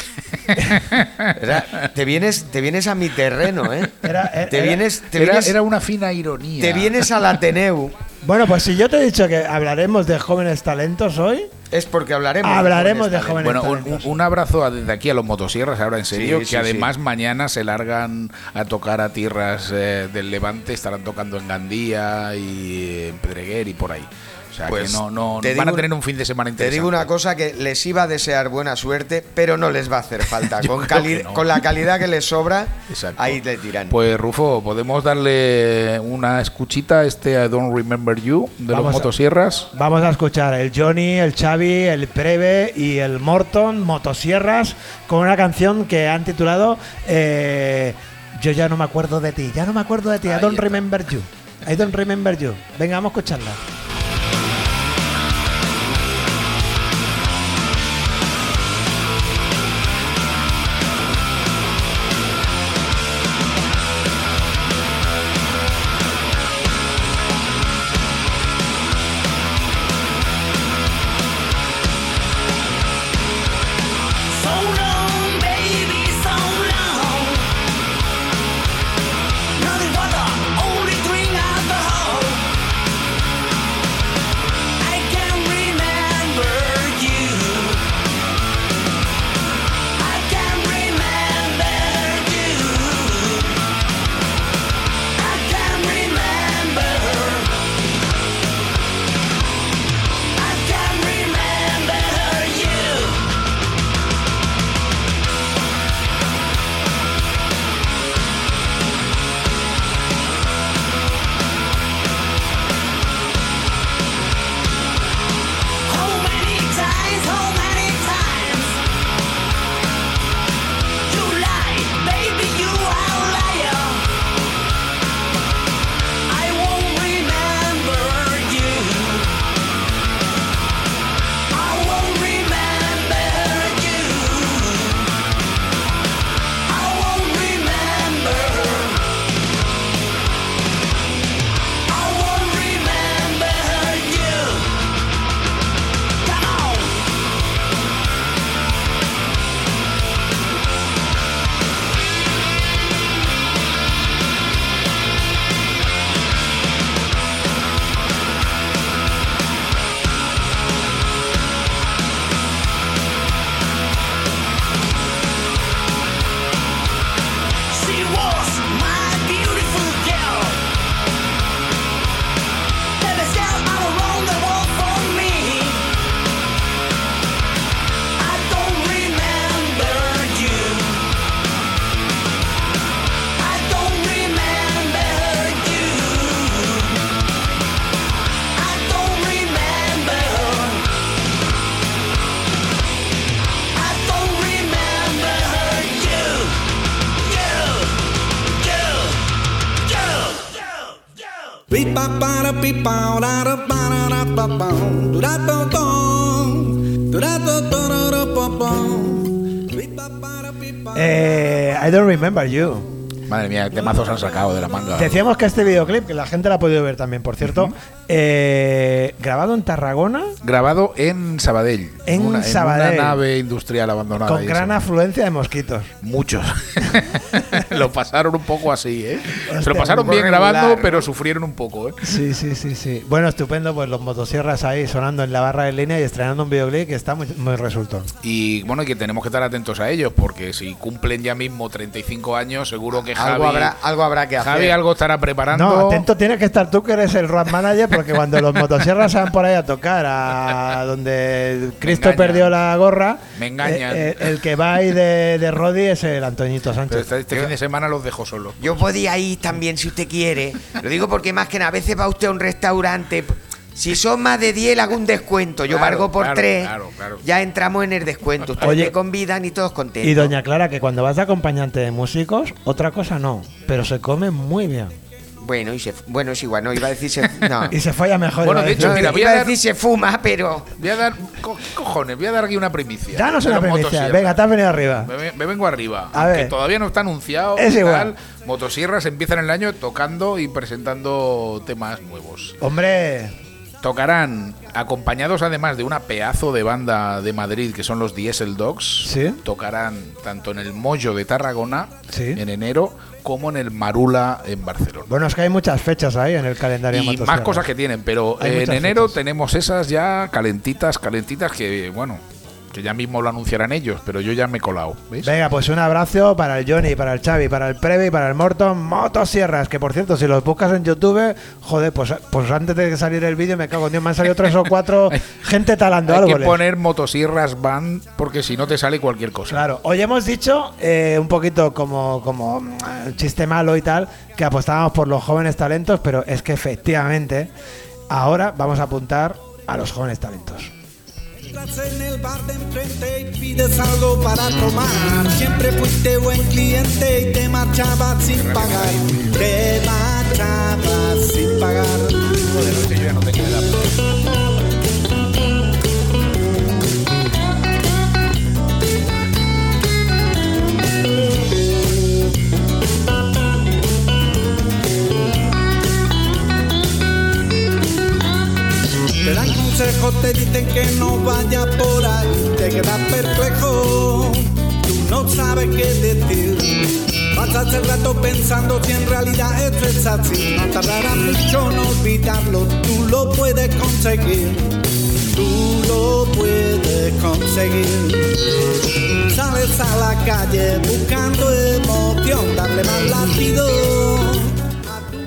O sea, te vienes, te vienes a mi terreno, ¿eh?
Era- era-
te vienes, te
Era,
vienes,
era una fina ironía.
te vienes al Ateneu.
Bueno, pues si yo te he dicho que hablaremos de jóvenes talentos hoy,
Es porque hablaremos.
Hablaremos de jóvenes
Bueno, un,
talentos.
un- un abrazo a- desde aquí a los motosierras, ahora en serio,
Sí,
que
sí,
además mañana se largan a tocar a tierras eh, del Levante, estarán tocando en Gandía y en Pedreguer y por ahí. O sea,
Pues
que no, no,
te
van a
digo-
tener un fin de semana
Te
interesante.
digo una cosa que les iba a desear buena suerte, pero no les va a hacer
[laughs]
falta.
Yo
con,
creo
cali-
que no.
con la calidad que les sobra,
Exacto.
ahí le tiran.
Pues Rufo, ¿podemos darle una escuchita a este I Don't Remember You de
Vamos
los
a-
motosierras?
Vamos a escuchar el Johnny, el Xavi, el Preve y el Morton, Motosierras, con una canción que han titulado eh, Yo ya no me acuerdo de ti, ya no me acuerdo de ti, I
Ahí
don't
está.
remember you. I don't remember you. Venga, vamos a escucharla.
So long, baby, so long. Nothing but the only drink alcohol.
Eh, I don't remember you.
Madre mía, qué mazos han sacado de la manga.
Decíamos que este videoclip, que la gente lo ha podido ver también, por cierto, eh, grabado en Tarragona,
Grabado en Sabadell.
En
una,
Sabadell.
una nave industrial abandonada.
con
y
gran
eso.
afluencia de mosquitos.
Muchos. [laughs] lo pasaron un poco así, ¿eh? Se
Hostia,
lo pasaron
un poco
bien grabando,
regular, ¿no?
pero sufrieron un poco, ¿eh?
Sí, sí, sí, sí. Bueno, estupendo, pues los motosierras ahí sonando en la barra de línea y estrenando un videoclip que está muy, muy resultón.
Y bueno, y que tenemos que estar atentos a ellos, porque si cumplen ya mismo 35 años, seguro que Javi.
Algo habrá, algo habrá que hacer.
Javi algo estará preparando.
No, atento tienes que estar tú que eres el road manager porque
[laughs]
cuando los motosierras se van por ahí a tocar a donde Cristo
engañan.
perdió la gorra,
Me engañan.
eh, eh, el que va ahí de, de Roddy es el Antoñito
Pero
Sánchez.
este, este fin de semana los dejo solos.
Yo podía ir también si usted quiere. Lo digo porque más que nada, a veces va usted a un restaurante. Si son más de 10, le hago un descuento. Yo
Claro,
valgo por
claro,
3.
claro, claro.
Ya entramos en el descuento. Ustedes
Oye,
me convidan y todos contentos.
Y doña Clara, que cuando vas de acompañante de músicos, otra cosa no, pero se come muy bien.
Bueno, y se, bueno, es igual, no iba a decir se,
[laughs]
no.
Y se falla mejor.
Bueno,
iba a
de
decir.
hecho,
No,
mira, voy
iba
a
a
dar-
decir se fuma, pero
Voy a dar. co- ¿qué cojones? Voy a dar aquí una primicia.
Danos
De
una
los
primicia.
motosierras.
Venga, te has venido arriba.
Me, ve- me vengo arriba.
A
que
ver.
todavía no está anunciado.
Es
y
igual.
tal. Motosierras empiezan el año tocando y presentando temas nuevos.
Hombre,
Tocarán, acompañados además de una pedazo de banda de Madrid que son los Diesel Dogs.
Sí.
Tocarán tanto en el Mollo de Tarragona
Sí.
en enero como en el Marula en Barcelona.
bueno, es que hay muchas fechas ahí en el calendario
Y más
motosierras.
cosas que tienen, pero
Hay
en
muchas
enero
fechas.
tenemos esas ya calentitas, calentitas que, bueno, que ya mismo lo anunciarán ellos, pero yo ya me he colado. ¿ves?
Venga, pues un abrazo para el Johnny, para el Xavi, para el Previ, para el Morton, Motosierras, que por cierto, si los buscas en YouTube, joder, pues, pues antes de que salir el vídeo, me cago en Dios, me han salido tres o
[laughs]
cuatro gente talando
Hay que
árboles.
poner motosierras van porque si no te sale cualquier cosa.
Claro, hoy hemos dicho eh, un poquito como, como mm, chiste malo y tal, que apostábamos por los jóvenes talentos, pero es que efectivamente ahora vamos a apuntar a los jóvenes talentos.
Entras en el bar de enfrente y pides algo para tomar. Siempre fuiste buen cliente y te marchabas sin pagar. Te marchabas sin pagar.
Joder, es que yo ya no tengo edad.
Te dan consejos, te dicen que no vaya por ahí. Te quedas perplejo, tú no sabes qué decir. Pasas el rato pensando si en realidad esto es así. No tardará mucho en olvidarlo, tú lo puedes conseguir. Tú lo puedes conseguir. Sales a la calle buscando emoción, darle más latido.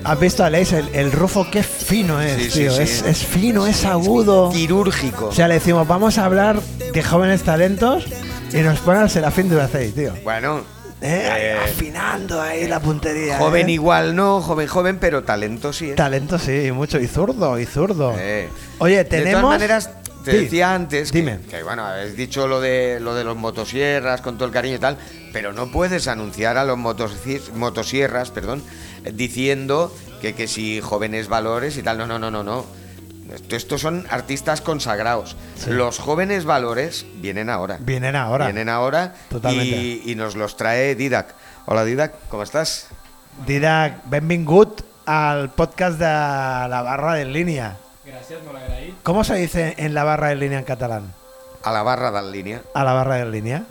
¿Has visto a Leis? El, el rufo, qué fino es,
Sí, sí,
tío.
sí.
Es, es fino, es agudo.
Quirúrgico.
O sea, le decimos, vamos a hablar de jóvenes talentos y nos pone al Serafín Duracey, tío.
bueno,
Eh,
Eh.
Afinando ahí la puntería.
joven
eh.
igual no, joven, joven, pero talento sí. ¿eh?
Talento sí, mucho. Y zurdo, y zurdo.
Eh.
Oye,
De
tenemos...
todas maneras, te
Sí.
decía antes que-
Dime.
Que, bueno, habéis dicho lo de lo de los motosierras con todo el cariño y tal, pero no puedes anunciar a los motosierras, motosierras perdón, diciendo que, que si jóvenes valores y tal. No, no, no, no, no. Esto- estos son artistas consagrados.
Sí.
Los jóvenes valores vienen ahora.
Vienen ahora.
Vienen ahora
Totalmente.
Y, y nos los trae Didac. Hola Didac, ¿cómo estás?
Didac, benvingut al podcast de la barra de línea. ¿Cómo se dice en la barra de línea en catalán?
A la barra de línea.
A la barra de línea.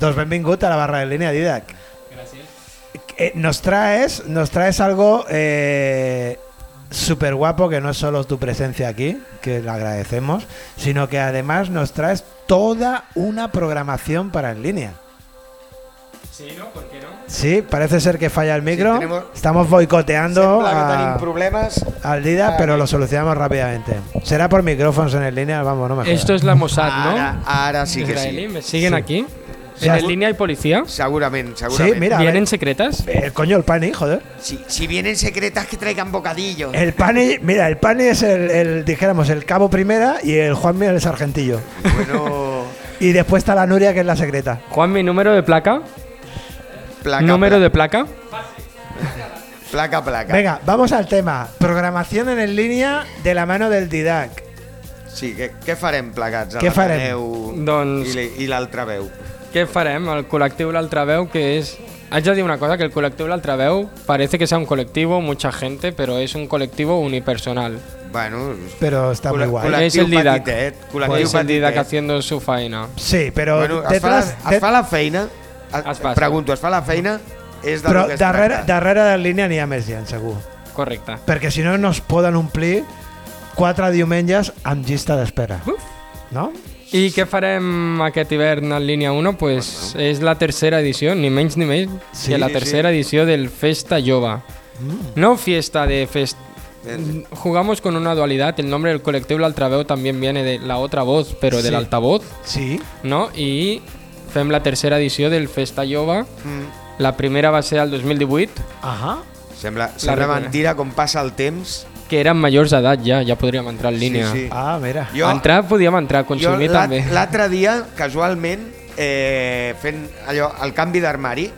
Dos benvingut a la barra de línea, Didac. Gracias. nos traes, nos traes algo eh, súper guapo que no es solo tu presencia aquí, que le agradecemos, sino que además nos traes toda una programación para en línea.
Sí, ¿no? ¿Por qué no?
Sí, parece ser que falla el micro.
tenemos-
Estamos boicoteando
Sembla que
a-
tenim problemas.
al Dida,
Ah,
pero
bien.
lo solucionamos rápidamente. Será por micrófonos en el línea, vamos, no me jodas.
Esto es la Mossad, ¿no?
Ahora, ahora sí que
Israelí,
sí.
¿Me siguen aquí?
Sí.
¿En el línea hay policía?
Seguramente, seguramente.
Sí, mira, a ver.
¿Vienen secretas?
Eh, coño, el Pani, joder.
si, si vienen secretas que traigan bocadillos.
El Pani, mira, el Pani es el, el, dijéramos, el cabo primera y el Juanmi el sargentillo.
Bueno,
[laughs] Y después está la Nuria, que es la secreta.
Juan, mi número de placa.
placa,
número de placa.
Placa, placa.
Venga, vamos al tema. Programación en línea de la mano del Didac.
Sí, què, què farem plegats a
Què
la
farem?
Taneu
Doncs-
i l- i l'altra veu?
Què farem? El col·lectiu L'Altraveu, que és... Haig de dir una cosa, que el col·lectiu L'Altraveu parece que sea un colectivo, mucha gente, pero es un colectivo unipersonal.
Bueno,
Pero está muy
col-
guay.
Col·le- És
col·lectiu
el Didac.
petitet.
Pues
Col·lectiu
es el Didac
petitet.
haciendo su faena.
Sí, pero
Bueno, es fa,
detrás,
la, es fa la feina?
Es
Es,
fa, sí.
pregunto, es fa la feina? És del
però
que es ¿eh?
darrere,
tracta.
darrere de línia n'hi ha més gent, segur.
Correcte.
Perquè si no, no es poden omplir quatre diumenges amb llista d'espera.
Uf.
No?
I què farem aquest hivern en línia 1? Pues és la tercera edició, ni menys ni més
Sí,
que la
sí,
tercera edició del Festa Jova. No fiesta de fest... Jugamos con una dualidad, el nombre del colectivo La Altraveu también viene de la otra voz, pero del
Sí.
altavoz,
Sí.
¿no? I fem la tercera edició del Festa Jova. La primera va ser el 2018,
Ahà.
Sembla, sembla
recupera.
mentira com passa el temps.
que eren majors d'edat ja, ja podríem entrar en línia.
Sí, sí.
Ah, mira.
Jo-
Entrar podíem entrar, consumir
Jo l'at-
també.
l'altre dia, casualment, eh, fent allò, el canvi d'armari,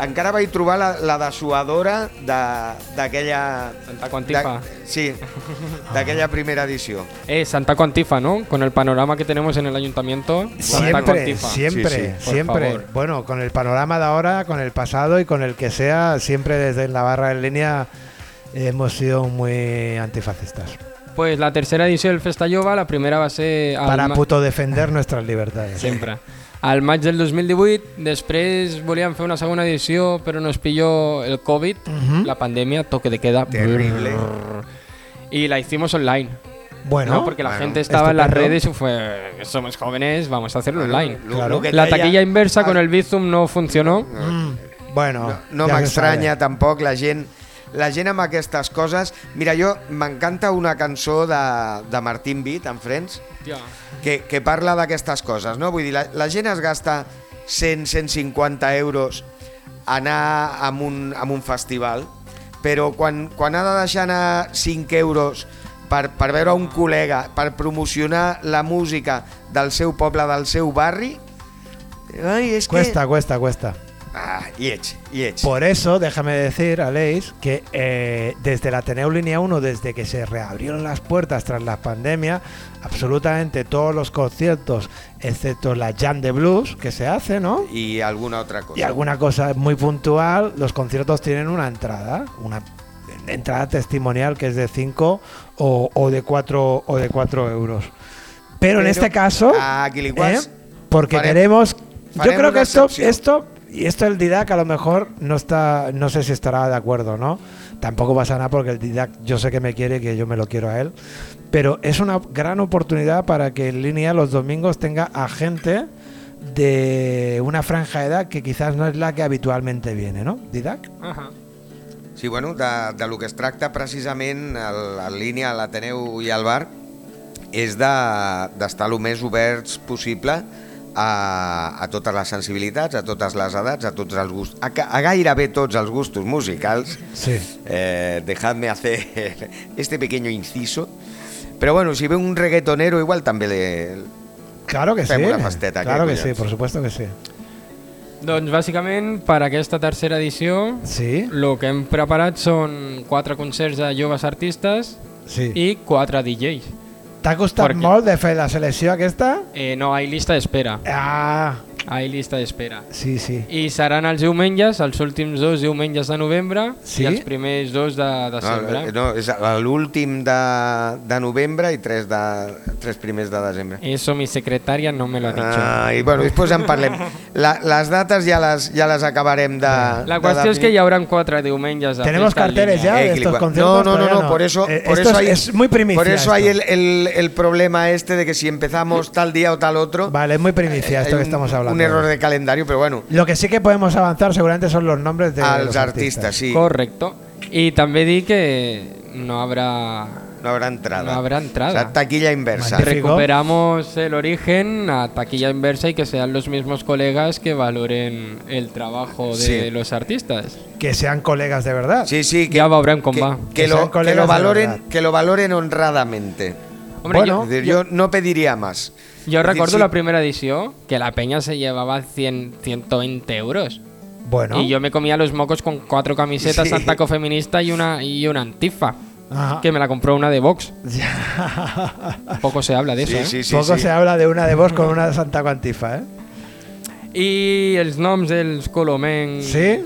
encara vaig trobar la, la dessuadora de- d'aquella...
Santa Quantifa.
de- sí, d'aquella primera edició.
Eh, Santa Contifa, ¿no? Con el panorama que tenemos en el ayuntamiento. Santa
Siempre,
Contifa.
siempre,
Sí, sí.
siempre.
Por favor.
Bueno, con el panorama de ahora, con el pasado y con el que sea, siempre desde la barra en línea hemos sido muy antifascistas.
Pues la tercera edición del Festa Jova, la primera va ser... al
Para
ma-
puto defender nuestras libertades.
Sempre. Al maig del 2018, després volíem fer una segona edició, però nos pilló el Covid, la pandemia, toque de queda.
Terrible.
brrr, Y la hicimos online,
Bueno, este
¿no? Porque la gente estaba en las
estupendo.
redes y fue, somos jóvenes, vamos a hacerlo online.
Lo-
Claro.
lo que
La
deia- Ah,
taquilla inversa
Ah.
con el Bizum no funcionó.
Mm, bueno,
No
ya se
m'estranya
sabe.
tampoc la gent la gent amb aquestes coses... Mira, jo m'encanta una cançó de, de Martín Vit, en Friends,
Hòstia.
que, que parla d'aquestes coses, no? Vull dir, la, la gent es gasta 100, 150 euros a anar a un, a un festival, però quan, quan ha de deixar anar 5 euros per, per veure un col·lega, per promocionar la música del seu poble, del seu barri, ai, és
Cuesta, cuesta, cuesta.
que... Ah, i ets, i ets.
Por eso, déjame decir, Aleix, que eh, desde la Ateneu Línea 1, desde que se reabrieron las puertas tras la pandemia, absolutamente todos los conciertos, excepto la Jam de Blues, que se hace, ¿no?
I alguna altra cosa.
Y alguna cosa muy puntual, los conciertos tienen una entrada, una entrada testimonial que es de 5 o, o de 4 o de cuatro euros. Pero, en
Pero-
este caso,
Ah, Quilicuas,
¿Eh? porque
fare-
queremos, yo
faremos
creo que
una
esto,
excepción.
esto y esto el Didac a lo mejor no está, no sé si estará de acuerdo, ¿no? Tampoco pasa nada porque el Didac yo sé que me quiere, que yo me lo quiero a él, pero es una gran oportunidad para que en línea los domingos tenga a gente de una franja de edad que quizás no es la que habitualmente viene, ¿no? Didac.
Ajá.
Sí, bueno, de, de lo que es tracta precisament el- en línia a l'Ateneu i al bar és de- d'estar el més oberts possible a, a totes les sensibilitats, a totes les edats, a tots els gustos, a, ca- a gairebé tots els gustos musicals.
Sí.
Eh, dejadme hacer [laughs] este pequeño inciso. Pero bueno, si ve un reggaetonero igual també le...
Claro que sí.
Hacemos la fasteta aquí,
Claro que sí,
collons.
por supuesto que sí.
Doncs bàsicament per aquesta tercera edició
Sí.
el que hem preparat són quatre concerts de joves artistes
Sí.
i quatre DJs.
¿Te ha gustado
Porque-
molt de fer la selección aquesta?
Eh, no, hi ha llista d'espera.
Ah,
Hi ha llista d'espera.
sí, sí.
I seran els diumenges, els últims dos diumenges de novembre
Sí? Ah, eh,
i els primers dos de desembre.
No, no, és l'últim de, de novembre i tres, de, tres primers de desembre.
Eso mi secretària no me lo ha dicho.
Ah, i bueno, després en parlem. La, les dates ja les, ja les acabarem de...
La qüestió és que hi haurà quatre diumenges de
Tenemos
festa en
carteles
línia.
ya de
Eh,
estos
Kiliwa-
conciertos.
no, no,
todavía
no, no, por eso,
Eh,
por
esto
eso hay,
es, es muy primicia.
Por eso hay
esto.
el, el, el problema este de que si empezamos tal día o tal otro.
Vale, es muy primicia esto que
Eh, hay un-
estamos hablando.
Un error de calendario, pero bueno,
Lo que sí que podemos avanzar seguramente son los nombres de
a
los
los artistas, sí.
Correcto. I també dir que no habrá
No habrá entrada.
No habrá entrada.
O sea, taquilla inversa.
Magnífico.
Recuperamos el origen a taquilla inversa y que sean los mismos colegas que valoren el trabajo de
Sí.
los artistas.
Que sean colegas de verdad.
Sí, sí, que,
ya va en
que,
comba.
que
Que sean
lo, que
colegas
lo
de
valoren,
verdad.
que lo valoren honradamente.
Hombre,
Es
yo-
decir, yo, no pediría más.
Yo
Es decir,
recuerdo
sí.
la primera edición que la peña se llevaba 100, 120 euros.
Bueno.
Y yo me comía los mocos con cuatro camisetas,
Sí. Ah.
un taco feminista y una, y una antifa.
Ajá.
Que me la compró una de Vox. Poco se habla de eso.
Sí,
¿eh?
sí, sí,
Poco
sí.
se habla de una de vos con una de Santa Cuantifa, ¿eh?
Y els noms dels colomens
¿Sí?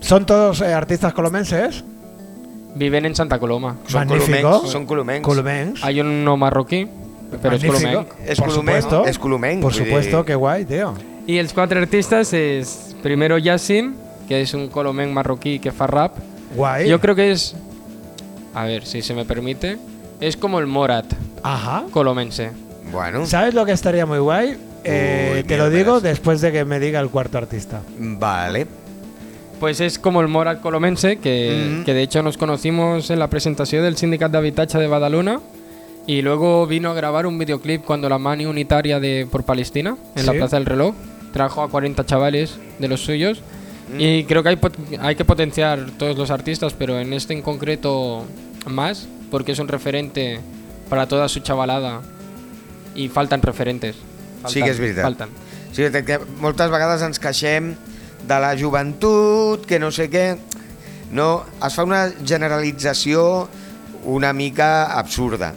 ¿Son todos eh, artistas colomenses?
viven en Santa Coloma.
Son
Magnífico.
columens, son columens.
Columens.
Hay uno marroquí, pero es
Magnífico.
colomenc.
Es
Por
colomenc,
supuesto.
es colomenc,
Por
vull
supuesto,
dir-
qué guay, tío.
Y els quatre artistes es primero Yassin, que es un colomen marroquí que fa rap.
Guay.
Yo creo que es, a ver si se me permite, es como el Morat
Ajá.
colomense.
Bueno,
¿Sabes lo que estaría muy guay? Eh,
Uy,
te
mira,
lo digo
verás.
después de que me diga el cuarto artista.
vale.
Pues es como el Morat colomense, que, que de hecho nos conocimos en la presentación del Sindicat d'Habitatge de Badalona y luego vino a grabar un videoclip cuando la Mani Unitaria de por Palestina, en la
Sí.
Plaza del Reloj, trajo a 40 chavales de los suyos
Mm.
y creo que hay, pot- hay que potenciar todos los artistas, pero en este en concreto más, porque es un referente para toda su chavalada y faltan referentes. Faltan,
Sí que és veritat.
Faltan.
Sí, és que moltes vegades ens queixem de la joventut, que no sé què... No, es fa una generalització una mica absurda.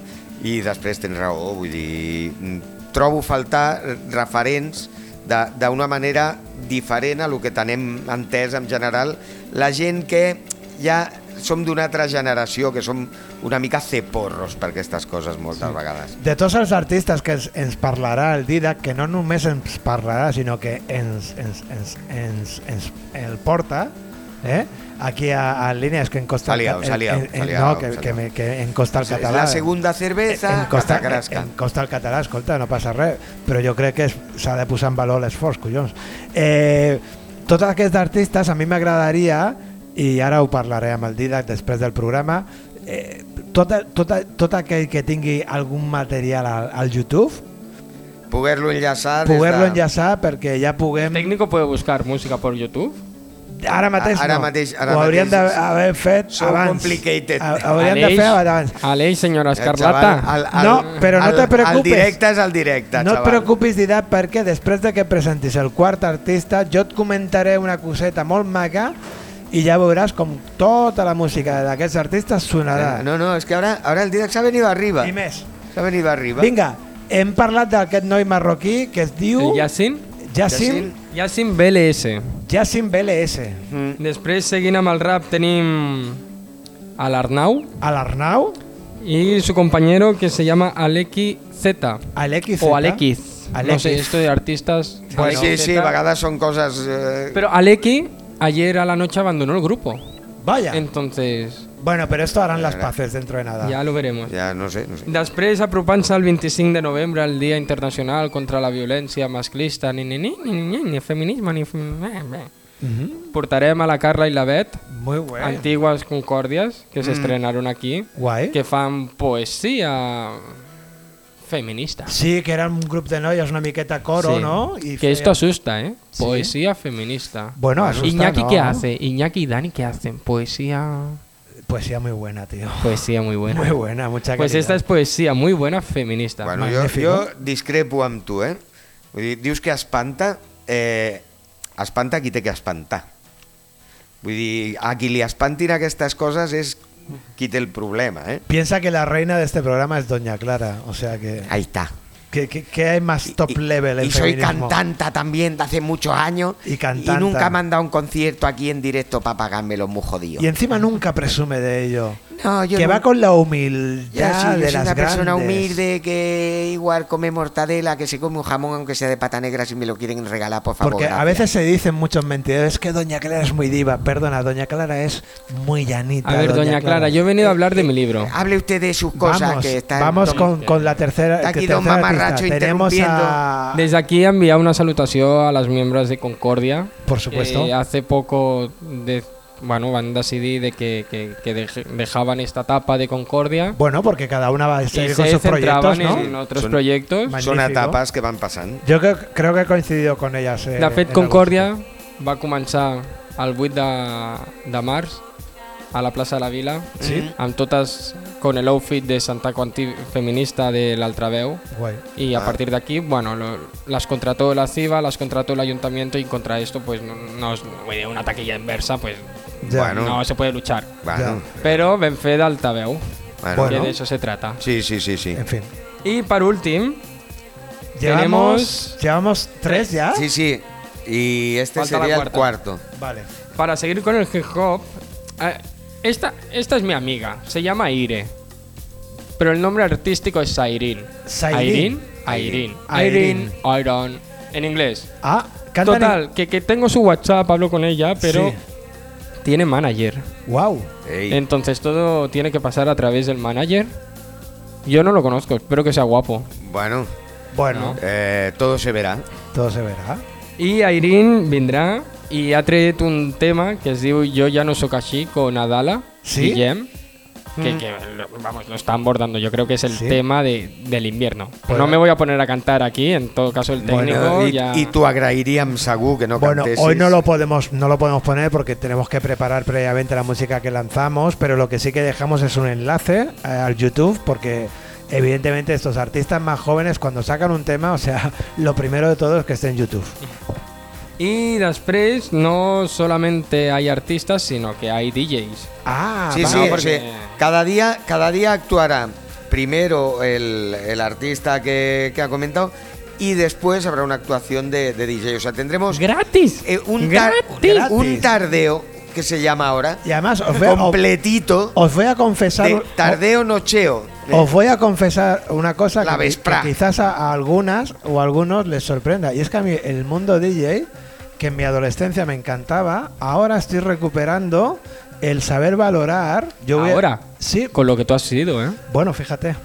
I després tens raó, vull dir... mm, Trobo faltar referents de- d'una manera diferent a lo que tenem entès en general la gent que ja som d'una altra generació, que som una mica ceporros per aquestes coses moltes sí. vegades.
De tots els artistes que ens, ens parlarà el Didac, que no només ens parlarà, sinó que ens, ens, ens, ens, ens el porta, eh? aquí a, a línies que en Costa...
S'ha liado,
en-
s'ha liado,
en- en-
s'ha liado,
no, que,
s'ha
que,
liado.
me, que en Costa el
És
català... eh,
la segunda cervesa,
en Costa,
catacrasca.
en Costa el català, escolta, no passa res, però jo crec que es- s'ha de posar en valor l'esforç, collons. Eh, tots aquests artistes a mi m'agradaria, i ara ho parlaré amb el Didac després del programa, eh, tot, tot, tot aquell que tingui algun material al, al YouTube,
Poder-lo enllaçar des
poder-lo
de...
enllaçar perquè ja
El
puguem...
técnico puede buscar música por YouTube.
Ara mateix
Ara
no.
mateix- ara
ho hauríem
mateix.
d'haver fet
So
abans.
complicated.
Ha- Hauríem de
Aleix-
fer abans.
Aleix, senyora
Eh,
Escarlata.
Xaval,
No, però no
al-
te preocupes.
El directe és el directe,
No et
xaval.
preocupis, Didac, perquè després de que presentis el quart artista, jo et comentaré una coseta molt maca i ja veuràs com tota la música d'aquests artistes sonarà.
Eh, No, no, és que ara, ara el directe s'ha venit arriba.
I més.
S'ha venit arriba.
Vinga, hem parlat d'aquest noi marroquí que es diu...
El Yassin?
Yassin,
Yassin BLS.
Yassin BLS.
Després, seguint amb el rap, tenim a l'Arnau
A l'Arnau,
y su compañero que se llama Aleki Z.
a l'XZ.
O Alekiz. No
Alekiz.
sé, esto de artistas.
Bueno,
Aleki
sí, sí,
Z.
a vegades són coses... Eh...
Pero Aleki ayer a la noche abandonó el grupo.
Vaya.
Entonces,
Bueno, pero esto harán las paces dentro de nada.
ya lo veremos.
Ja, no sé, no sé.
Després, apropant-se al 25 de novembre, el Dia Internacional contra la Violència Masclista, ni, ni, ni, ni, ni, ni, ni feminisme, ni... fem- eh, Bé, bé. Portarem a la Carla i la Bet,
Muy bueno.
antigues concòrdies,
Mm.
que s'estrenaron aquí,
Guai.
que fan poesia feminista.
Sí, que era un grup de noies una miqueta coro,
Sí.
no? I
que
feien-
esto asusta, ¿eh? Poesía feminista.
Bueno, asusta,
Iñaki,
no,
¿qué
no?
hace? Iñaki y Dani, ¿qué hacen? Poesía...
Poesía Pues muy buena, tío.
Poesía muy buena.
Muy buena, mucha
Pues
calidad.
esta es poesía muy buena feminista.
Bueno, jo,
Magnífico.
jo discrepo amb tu, eh? Vull dir, dius que espanta, eh, espanta qui té que espantar. Vull dir, a qui li espantin aquestes coses és qui té el problema, eh?
Piensa que la reina de este programa es Doña Clara, o sea que
Ahí está.
que, que- que hay más top
Y-
level en
Y soy
feminismo.
cantanta también de hace muchos años.
Y cantanta.
nunca me han dado un concierto aquí en directo para pagármelo muy jodido.
Y encima nunca presume de ello.
No, yo
que
no-
va con la
Ya, sí,
humildad
yo
de
soy
las
una persona
grandes.
humilde que igual come mortadela, que se come un jamón aunque sea de pata negra si me lo quieren regalar, por favor.
Porque a
gracias.
veces se dicen muchos mentideros, es que Doña Clara es muy diva. Perdona, Doña Clara es muy llanita.
A ver, doña Clara, yo he venido a
Eh,
hablar de mi libro.
Hable usted de sus cosas
Vamos,
que están
vamos
tom-
con, con la tercera.
Está aquí
tercera
don mamarracho
artista. Tenemos a.
Desde aquí enviar una salutación a las miembros de Concordia.
Por supuesto.
Eh,
que Eh, hace poco, de- bueno, van decidir de que, que- que dej- dejaban esta etapa de Concordia
Bueno, porque cada una va a
y
seguir con
se
sus proyectos,
centraban
¿no?
en otros
Son-
proyectos.
Magnífico.
Són etapes que van passant.
Yo creo, creo que he coincidido con ellas. eh,
De fet,
en
Concordia va començar el 8 de, de març a la Plaça de la Vila, eh,
Sí.
amb totes con el outfit de Santa Quanti feminista de l'Altraveu.
Guay.
Y a partir de aquí, bueno, lo- las contrató la CIVA, las contrató el ayuntamiento y contra esto, pues no, no es güey, una taquilla inversa, pues
Ya.
Bueno.
no se puede luchar.
Bueno,
Però ben fer del Tabeu,
bueno.
Bueno.
que d'això se trata.
Sí, sí, sí, sí.
En fin.
I per últim,
Llevamos,
Tenemos-
llevamos tres ya.
Sí, sí. Y este
Falta la
sería el
cuarta.
cuarto.
Vale.
para seguir con el hip hop, eh, esta, esta es mi amiga, se llama Aire, pero el nombre artístico es Airin.
Sairin.
Airin.
Airin.
Airin. Airin. En inglés.
Ah, cantan
Total, que, que tengo su WhatsApp, hablo con ella, pero
Sí.
tiene manager.
Wow.
Ey.
Entonces todo tiene que pasar a través del manager. Yo no lo conozco, espero que sea guapo.
Bueno,
Bueno,
eh, todo se verá.
todo se verá.
I Airin vindrà i ha tret un tema que es diu Jo ja no sóc així con Adala
Sí?
Guillem
Mm.
que, que lo- vamos, lo están bordando. Yo creo que es el
Sí.
tema de- del invierno.
Pues-
no me voy a poner a cantar aquí, en todo caso el técnico
Bueno, y,
ya...
y tu agrairíam sagú que no
Bueno,
cantessis.
hoy no lo podemos no lo podemos poner porque tenemos que preparar previamente la música que lanzamos, pero lo que sí que dejamos es un enlace eh, al YouTube porque evidentemente estos artistas más jóvenes cuando sacan un tema, o sea, [laughs] lo primero de todo es que esté en YouTube.
I després no solamente hay artistas, sino que hay DJs.
Ah,
Sí,
va-
sí,
no,
sí.
porque-
Cada día, cada día actuará primero el, el artista que, que ha comentado y después habrá una actuación de, de DJ. O sea, tendremos
¡Gratis!
eh, un, tar-
Gratis.
un tardeo que se llama ahora,
Y además os voy a, os-
completito,
os voy a confesar
de tardeo nocheo. Eh,
Os voy a confesar una cosa
La
que,
vesprá.
que quizás a, a algunas o a algunos les sorprenda. Y es que a mí el mundo DJ, que en mi adolescencia me encantaba, ahora estoy recuperando el saber valorar. Yo voy a-
Ahora,
sí,
con lo que tú has sido, ¿eh?
bueno, fíjate.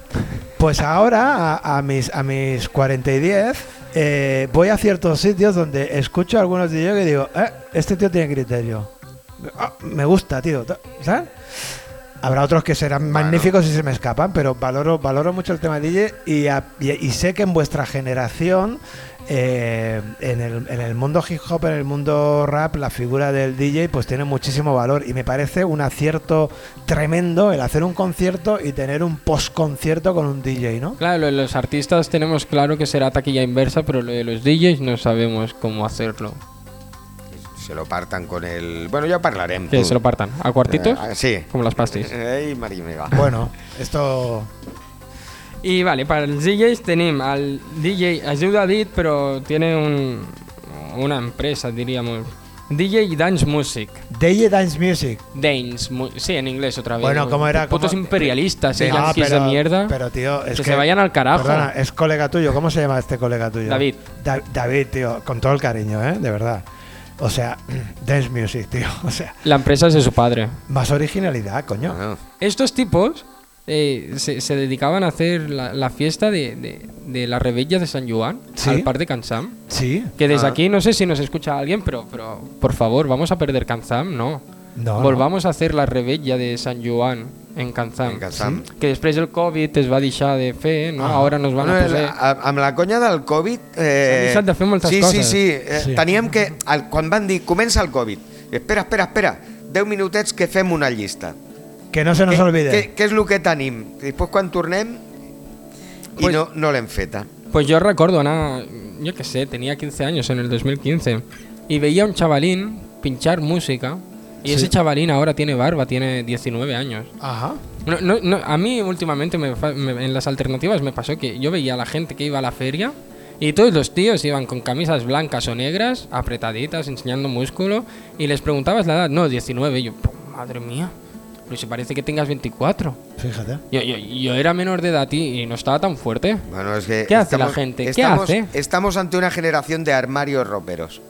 Pues ahora, a, a mis, a mis 40 y 10, eh, voy a ciertos sitios donde escucho a algunos de ellos que digo, "Eh, este tío tiene criterio. Ah, me gusta, tío. ¿Sabes? Habrá otros que serán magníficos y se me escapan, pero valoro, valoro mucho el tema DJ y, a- y- y sé que en vuestra generación, eh, en, el, en el mundo hip hop, en el mundo rap, la figura del DJ pues tiene muchísimo valor y me parece un acierto tremendo el hacer un concierto y tener un post concierto con un DJ, ¿no?
Claro, lo de los artistas tenemos claro que será taquilla inversa, pero lo de los DJs no sabemos cómo hacerlo.
Se lo partan con el... Bueno, ya parlaremos.
Que se lo partan. ¿A cuartitos?
Eh, sí.
Como las pastis.
Ey, Mari, me va.
Bueno, esto
I vale, per als DJs tenim el DJ, es diu David, però tiene un, una empresa, diríamos. DJ Dance Music.
DJ Dance Music.
Dance, mu- sí, en inglés otra vez.
Bueno, ¿cómo era?
Putos
¿Cómo?
imperialistas, eh,
No,
yanquis de mierda.
Pero tío, es
Que se vayan al carajo.
Perdona, es colega tuyo. ¿Cómo se llama este colega tuyo?
David.
Da- David, tío, con todo el cariño, ¿eh? De verdad. O sea, [clears throat] dance music, tío. [laughs] O sea,
La empresa es de su padre.
más originalidad, coño.
Ah.
Bueno,
Estos tipos eh, se, se dedicaban a hacer la, la fiesta de, de, de la rebella de San Juan
Sí. Ah.
al par de Cansam.
Sí.
Que desde aquí no sé si nos escucha alguien, pero, pero por favor, vamos a perder Kanzam, no.
No,
Volvamos a hacer la rebella de San Joan en Kanzam.
En Kanzam.
Que després del Covid es va deixar de fer, no?
Ah.
Ahora nos van
Bueno,
a
el-
poder...
a- amb la conya del Covid... Eh,
S'han deixat de fer moltes
sí, Sí,
coses.
sí, eh,
Sí.
Teníem que... El, quan van dir, comença el Covid, espera, espera, espera, 10 minutets que fem una llista.
Que no se nos
Què-
olvide.
Què, què és el que tenim? Després quan tornem... I
Pues-
no, no l'hem feta.
Pues yo recuerdo, Ana, yo qué sé, tenía 15 años en el 2015 y veía a un chavalín pinchar música y ese chavalín ahora tiene barba, tiene 19 años.
Ajá.
No, no, no, a mí últimamente me fa- me- en las alternativas me pasó que yo veía a la gente que iba a la feria y todos los tíos iban con camisas blancas o negras, apretaditas, enseñando músculo y les preguntabas la edad, no, 19, y yo, "Pum, madre mía, pero si parece que tengas 24.
Fíjate.
Yo, yo, yo era menor de edad y, y no estaba tan fuerte.
Bueno, es que
¿Qué hace la gente? ¿Qué
estamos,
hace?
Estamos ante una generación de armarios roperos.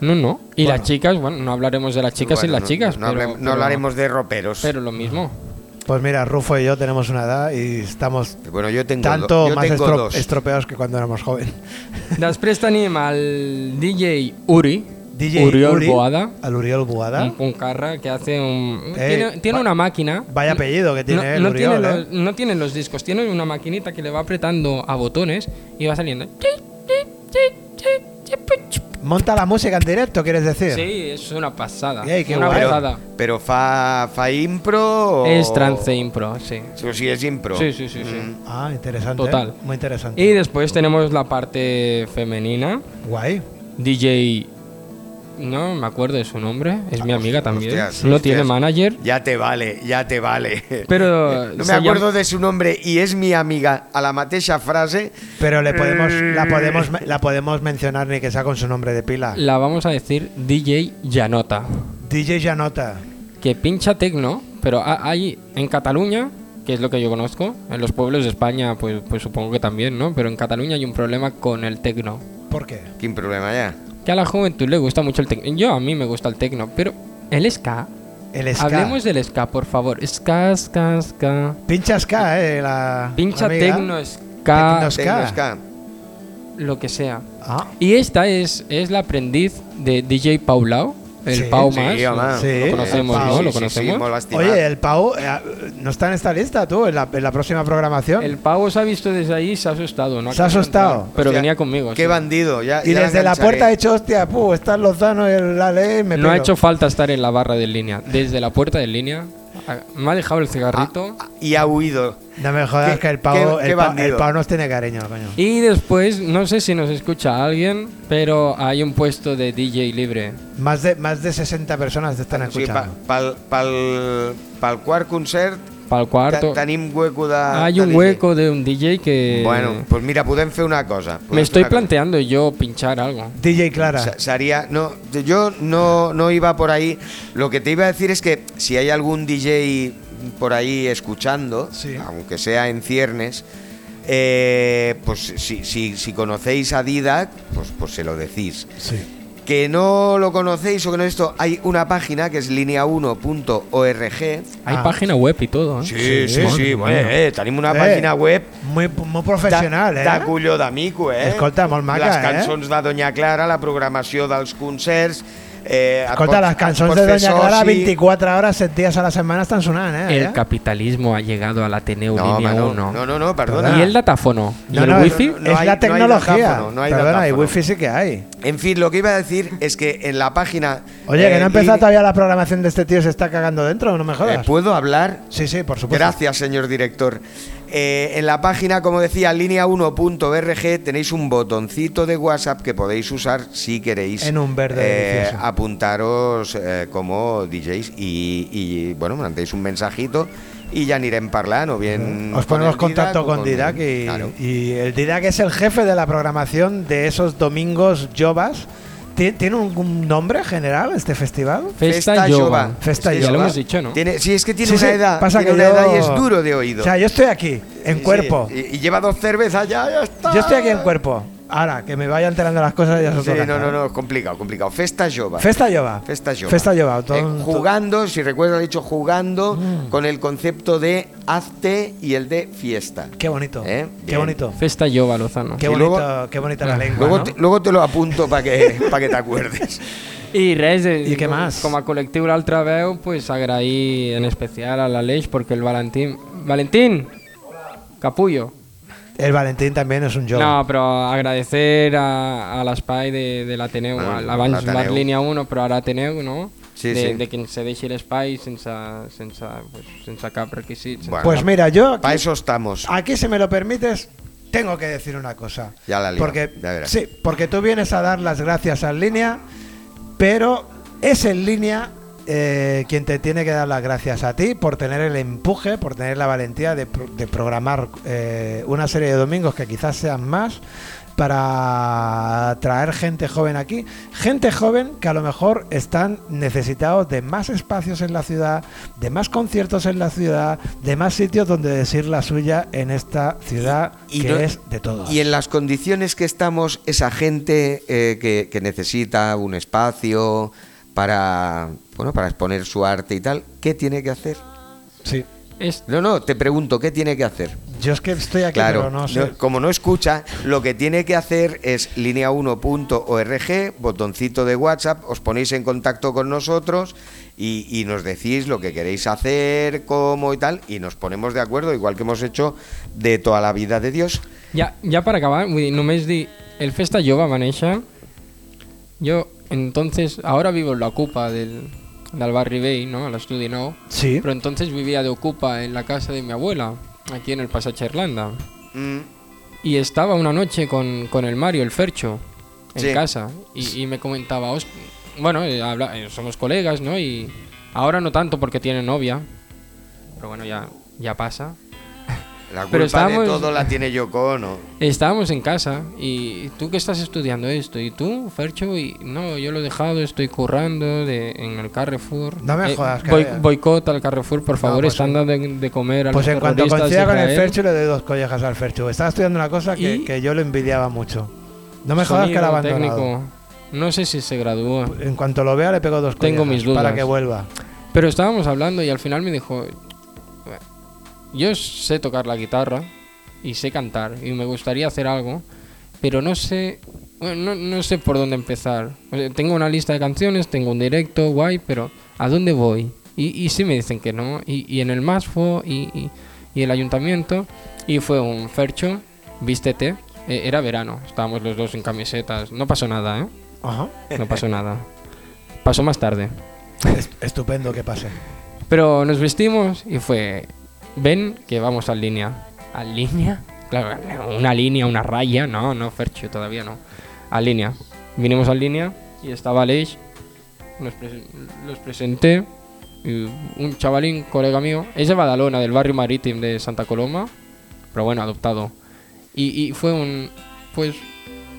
No, no. Y las chicas, bueno, no hablaremos de las chicas sin
Bueno,
las chicas.
No, no
pero-
hablem- no
pero-
hablaremos de roperos.
Pero lo mismo.
Pues mira, Rufo y yo tenemos una edad y estamos
bueno, yo tengo, do-
tanto
yo
más
tengo
estro-
dos.
estropeados que cuando éramos [laughs] jóvenes.
Després tenim el DJ Uri.
DJ
Uriol
Uri,
Boada. Mm.
Al Uriol Boada.
Un puncarra que hace un...
Eh,
tiene tiene
va-
una máquina.
Vaya apellido que tiene
no,
el
no
Uriol,
tiene
¿eh?
los, no tiene los discos, tiene una maquinita que le va apretando a botones y va saliendo.
Monta la música en directo, quieres decir.
Sí, es una pasada.
Ey, qué
una
guay.
pasada.
Pero fa, fa impro o...
Es trance impro, sí.
Eso sí es impro.
Sí, sí, sí, sí.
Mm.
Ah, interesante.
Total.
Muy interesante.
Y después tenemos la parte femenina.
Guay.
DJ. No me acuerdo de su nombre. Es mi amiga también.
hostias,
no
hostias.
tiene manager.
Ya te vale, ya te vale.
Eh,
Pero.
No
se
me
llama-
acuerdo de su nombre y es mi amiga a la mateixa frase.
Pero le podemos, la podemos, la podemos mencionar ni que sea con su nombre de pila.
La vamos a decir DJ Janota.
DJ Janota.
Que pincha tecno. Pero ha- hay en Cataluña, que es lo que yo conozco. En los pueblos de España, pues, pues supongo que también, ¿no? Pero en Cataluña hay un problema con el tecno.
¿Por qué?
¿Qué problema ya?
Que a la juventud le gusta mucho el tecno. Yo a mí me gusta el tecno, pero el ska.
El ska.
Hablemos del ska, por favor. Ska, ska, ska.
Pincha ska, eh, la
Pincha
amiga.
tecno, ska,
Tecno ska.
Tengo ska.
lo que sea.
Ah,
Y esta es, es la aprendiz de DJ Paulau, el
Sí.
Pau
Sí,
más.
home.
Sí.
Lo conocemos,
Pau.
¿no?
Sí,
lo
sí,
conocemos.
Sí, molt estimat.
Oye, el Pau eh, no está en esta lista, tú, en la, en la próxima programación.
el Pau se ha visto desde ahí y se ha asustado, ¿no?
Se ha asustado.
Pero
Hostia,
venía conmigo.
Qué
sí.
bandido. Ya,
y
ya
desde la
engancharé.
puerta ha hecho, hostia, puh, está Lozano en la ley. Me
No
pelo.
ha hecho falta estar en la barra de línea. Desde la puerta de línea. ah, Me ha dejado el
Ah,
cigarrito.
ah, y ha huido.
No me jodas
Qué-
que el
qué-
Pau,
qué
el, Pau,
bandido.
el Pau nos tiene cariño, coño.
Y después, no sé si nos escucha alguien, pero hay un puesto de DJ libre.
Más de, más de 60 personas te están
O sigui, pa,
escuchando.
pel, pel, pel quart concert
Para el
te,
cuarto.
tenim hueco de...
Hay
de
un
DJ.
hueco de un DJ que.
Bueno, pues mira, podem fer una cosa. Podem
me
fer
estoy
una cosa.
planteando yo pinchar algo.
DJ Clara.
Sa- Sería, no, yo no, no iba por ahí. Lo que te iba a decir es que si hay algún DJ por ahí escuchando,
Sí.
aunque sea en ciernes, eh, pues si, si, si conocéis a Didac, pues, pues se lo decís.
Sí.
Que no lo conocéis o que no esto, hay una página que es linea1.org.
Hay
Ah.
página web y todo, ¿eh?
Sí, sí, sí, bueno, eh, tenim una
Eh,
pàgina web
Muy, muy profesional,
de,
¿eh?
de colló d'amico, eh?
Escolta, molt maca,
Les
eh?
cançons de Doña Clara, la programació dels concerts... Eh, et
Escolta,
pots-
las
et
canciones
pots
de
fer
Doña Clara
soci.
24 horas, 7 días a la semana están sonando, ¿eh?
El
Allá.
capitalismo ha llegado al Ateneo
No, home,
Línea
no,
1.
no, no, no, perdona.
¿Y el datáfono? ¿Y
No,
el
no,
wifi?
no, no es
hay- no
la
hay
tecnología.
datáfono, no hay
Perdona, y
datáfono.
wifi sí que hay.
En fin, lo que iba a decir es que en la página... eh,
Oye, que no ha empezado
Lini-
todavía la programación de este tío, se está cagando dentro, no me pues,
Eh,
jodas.
¿Puedo hablar?
sí, sí, por supuesto.
Gracias, señor director. Eh, en la página, como decía, línea1.org, tenéis un botoncito de WhatsApp que podéis usar si queréis
En un verde
eh,
delicioso.
apuntaros eh, como DJs y, y, bueno, mandéis un mensajito y ya anirem parlant o bien...
Mm, Os
con
ponemos
el
contacto
o
con Didac y,
Claro.
y el Didac es el jefe de la programación de esos domingos Jovas. ¿Ti- ¿Tiene un, un nombre general este festival?
Festa,
Festa
Yoga.
Yoga.
Festa
Ya lo
Yoga.
hemos dicho, ¿no?
Tiene- sí, es que tiene
Sí,
una
sí,
edad,
pasa
tiene
que
una
yo-
[laughs] edad y es duro de oído.
O sea, yo estoy aquí, en
Sí,
cuerpo.
sí, Y, y lleva dos cervezas, ya, ya está.
Yo estoy aquí en cuerpo. Ahora, que me vaya enterando las cosas ya es
Sí,
otro
no,
cantar.
no, no, es complicado, complicado. Festa Jova.
Festa Jova.
Festa Jova.
Festa Jova. Todo- Mm.
Eh, jugando, si recuerdas, he dicho jugando con el concepto de hazte y el de fiesta.
Qué bonito.
Eh,
Qué
bien.
bonito.
Festa Yoga, Lozano.
Qué
Y
bonito,
luego- Ah.
qué bonita la lengua.
Luego,
¿no?
te, luego te lo apunto para que, [laughs] pa que te acuerdes.
I res, eh,
I què més?
com a col·lectiu l'altra veu, pues, agrair en especial a l'Aleix perquè el Valentín... Valentín! Capullo.
El Valentín también es un Jova.
No, però agradecer a, a l'espai de, de l'Ateneu.
Bueno,
Bueno, Abans
l'Ateneu.
var línia 1, però ara Ateneu, no? de,
Sí, sí.
de que ens deixi l'espai sense, sense, pues, sense cap requisit. Sense...
Bueno.
pues mira, yo
Para
aquí,
eso estamos.
aquí, si me lo permites, tengo que decir una cosa.
Ya la lío,
porque,
ya verás.
Sí, porque tú vienes a dar las gracias a En Línea, pero es En Línea eh, quien te tiene que dar las gracias a ti por tener el empuje, por tener la valentía de, pro- de programar eh, una serie de domingos que quizás sean más para traer gente joven aquí, gente joven que a lo mejor están necesitados de más espacios en la ciudad, de más conciertos en la ciudad, de más sitios donde decir la suya en esta ciudad
Y
que
no-
es de todos.
Y en las condiciones que estamos, esa gente eh, que, que necesita un espacio para, bueno, para exponer su arte y tal, ¿qué tiene que hacer?
Sí.
És
No, no, te pregunto, ¿qué tiene que hacer?
Yo es que estoy aquí,
Claro,
pero no sé.
no- como no escucha, lo que tiene que hacer es línea1.org, botoncito de WhatsApp, os ponéis en contacto con nosotros y, y nos decís lo que queréis hacer, cómo y tal, y nos ponemos de acuerdo, igual que hemos hecho de toda la vida de Dios.
Ja, ja per acabar, vull dir, només dir... El Festa Jove va néixer Yo, entonces, ahora vivo en la Ocupa del, del Barri Bay, ¿no? A la Studi Now.
Sí.
Pero entonces vivía de Ocupa en la casa de mi abuela, aquí en el Pasaje Irlanda.
Mm,
Y estaba una noche con, con el Mario, el Fercho, en
Sí.
casa. Y, y me comentaba, "Host- bueno, eh, habla- eh, somos colegas, ¿no? Y ahora no tanto porque tiene novia. Pero bueno, ya, ya pasa.
La culpa
Pero
de
estábamos-
todo la tiene Yoko Ono.
Estábamos en casa y tú que estás estudiando esto y tú, Fercho, y no, yo lo he dejado, estoy currando de- en el Carrefour. Eh,
No me jodas, que-
boicota al Carrefour, por favor,
pues
están
en-
dando de, de comer a
Pues
los
en cuanto
terroristas de
coincida con el
Israel.
Ferchu, le doy dos collejas al Ferchu. Estaba estudiando una cosa que,
¿eh? Y-
que yo lo envidiaba mucho. No me jodas que
Sonido
la abandonado.
técnico. No sé si se graduó.
En cuanto lo vea, le pego dos collejas
Tengo mis dudas.
para que vuelva.
Pero estábamos hablando y al final me dijo, yo sé tocar la guitarra y sé cantar y me gustaría hacer algo, pero no sé, bueno, no, no sé por dónde empezar. O sea, tengo una lista de canciones, tengo un directo, guay, pero ¿a dónde voy? Y, y sí me dicen que no, y, y en el MASFO y, y- y el ayuntamiento, y fue un fercho, vístete, Eh, era verano, estábamos los dos en camisetas, no pasó nada, ¿eh?
Ajá.
No pasó nada. Pasó más tarde.
Es- Estupendo que pase.
Pero nos vestimos y fue, ven que vamos a línea. ¿A línea? Claro, una línea, una raya, no, no, Fercho, todavía no. A línea. Vinimos a línea y estaba Aleix, nos presen- los presenté, y un chavalín, colega mío, es de Badalona, del barrio marítimo de Santa Coloma, pero bueno, adoptado. Y, y fue un, pues,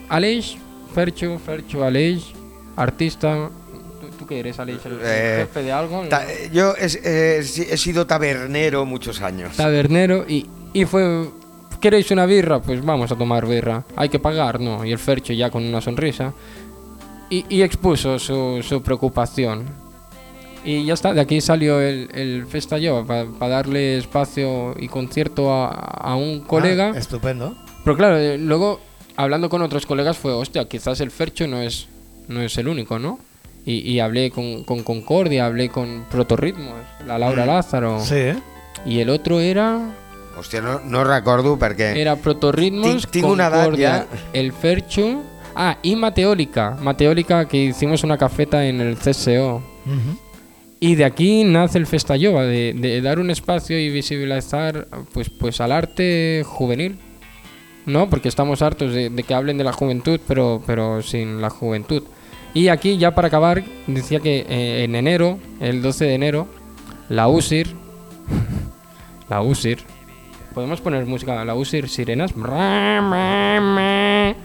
Aleix, Fercho, Fercho, Aleix, artista... ¿Tú, tú qué eres, Aleix? ¿El
Eh,
jefe de algo?
Ta- yo es- eh, sí, he sido tabernero muchos años.
tabernero y, y fue ¿queréis una birra? pues vamos a tomar birra hay que pagar, ¿no? y el Fercho ya con una sonrisa y, y expuso su, su preocupación y ya está, de aquí salió el, el Festa Yo para darle espacio y concierto a, a un colega
Ah, estupendo.
pero claro, eh, luego hablando con otros colegas fue, hostia, quizás el Fercho no es, no es el único, ¿no? Y, y hablé con, con Concordia, hablé con Protorritmos, la Laura Lázaro.
Mm. Sí, ¿eh?
Y el otro era.
Hostia, no, no recordo perquè...
Era Protorritmos,
Tinc- tinc Eh. una edat
Concordia,
ja.
el Ferchu. Ah, y Mateólica. Mateólica que hicimos una cafeta en el CSO. Y de aquí nace el Festa Yoga, de, de dar un espacio y visibilizar pues, pues al arte juvenil. ¿No? Porque estamos hartos de, de que hablen de la juventud, pero, pero sin la juventud. Y aquí, ya para acabar, decía que eh, en enero, el 12 de enero, la USIR. [laughs] la USIR. Podemos poner música, la USIR, sirenas. [laughs]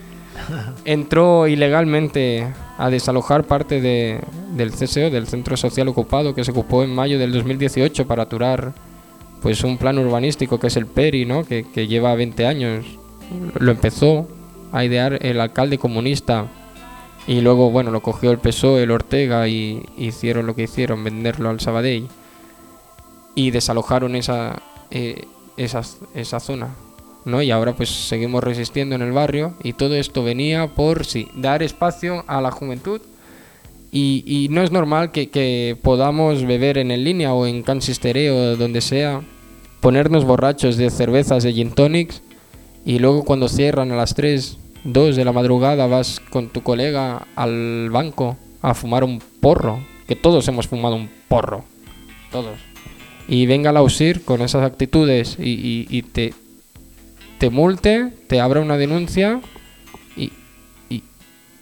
entró ilegalmente a desalojar parte de- del CSO, del Centro Social Ocupado, que se ocupó en mayo del 2018 para aturar pues un plan urbanístico que es el PERI, ¿no? que, que lleva 20 años. Lo empezó a idear el alcalde comunista y luego, bueno, lo cogió el PSOE, E, el Ortega y hicieron lo que hicieron, venderlo al Sabadell y desalojaron esa, eh, esas- esa zona. ¿no? Y ahora pues seguimos resistiendo en el barrio y todo esto venía por sí, dar espacio a la juventud y, y no es normal que, que podamos beber en el línea o en Cansistereo o donde sea, ponernos borrachos de cervezas de gin tonics y luego cuando cierran a las 3, 2 de la madrugada vas con tu colega al banco a fumar un porro, que todos hemos fumado un porro, todos. Y venga la USIR con esas actitudes y, y- y te, te multe, te abra una denuncia y, y-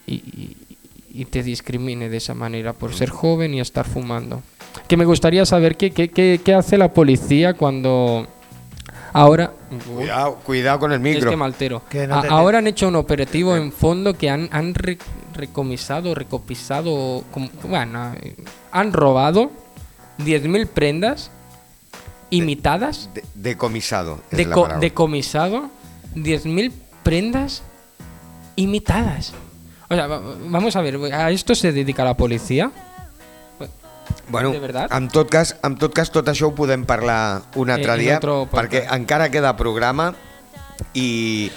y- y- y te discrimine de esa manera por ser joven y estar fumando. Que me gustaría saber qué, qué, qué, qué hace la policía cuando ahora...
Cuidado, cuidado con el
Es
micro.
que me altero.
Que no
A-
te-
ahora han hecho un operativo en fondo que han, han re- recomisado, recopisado, com- bueno, eh, han robado 10.000 prendas imitadas,
De- decomisado es la
deco-
palabra.
decomisado 10.000 prendas imitadas. O sea, va- vamos a ver, ¿a esto se dedica la policía?
Bueno,
de verdad?
en tot cas, en tot cas tot això ho podem parlar un altre
en
dia
otro podcast.
perquè encara queda programa i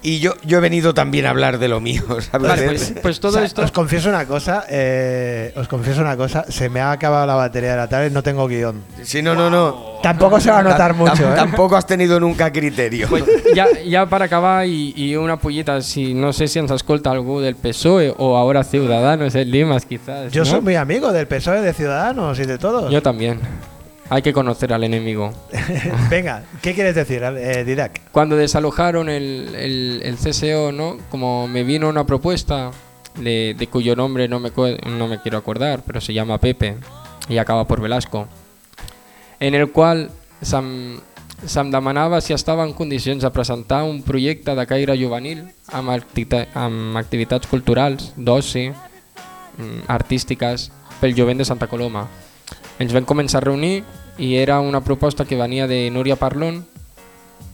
Y yo, yo he venido también a hablar de lo mío, ¿sabes?
Vale, pues, pues todo
O sea,
esto.
Os confieso una cosa, eh, os confieso una cosa, se me ha acabado la batería de la tablet, no tengo guión.
Sí, no, no, no.
Tampoco se va a notar
Tam-
mucho,
tam-
¿eh?
Tampoco has tenido nunca criterio.
Pues ja, ja per acabar i, i una pollita, si no sé si ens escolta algú del PSOE o ahora Ciudadanos en Limas, quizás.
Yo
¿no?
soy muy amigo del PSOE, E, de Ciudadanos y de todos.
Yo también. Hay que conocer al enemigo.
[laughs] Venga, ¿qué quieres decir, eh, Didac?
Cuando desalojaron el, el, el CSO, ¿no? Como me vino una propuesta de, de cuyo nombre no me, cue- no me quiero acordar, pero se llama Pepe y acaba por Velasco, en el qual se'm, se'm demanava si estava en condicions de presentar un projecte de caire juvenil amb, actita, amb activitats culturals, d'oci, mm, artístiques pel jovent de Santa Coloma. Ens vam començar a reunir i era una proposta que venia de Núria Parlon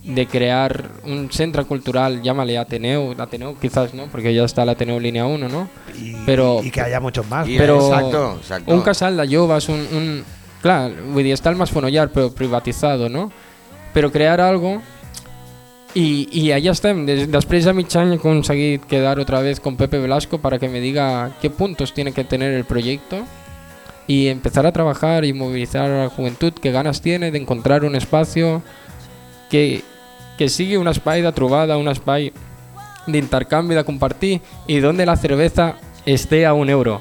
de crear un centre cultural, llámale Ateneu, Ateneu quizás, ¿no? Porque ya está el Ateneu Línea 1, ¿no?
Y,
Pero-
y que haya muchos más.
Y-
Però
Exacto, exacto.
un casal de joves, un, un... Clar, vull dir, està el Masfonollar, però privatitzat, no? Però crear algo i, i allà estem. Des, després de mig any he aconseguit quedar otra vez con Pepe Velasco para que me diga qué puntos tiene que tener el proyecto y empezar a trabajar y movilizar a la juventud que ganas tiene de encontrar un espacio que, que sigui un espai de trobada, un espai d'intercanvi, de compartir i d'on la cervesa esté a un euro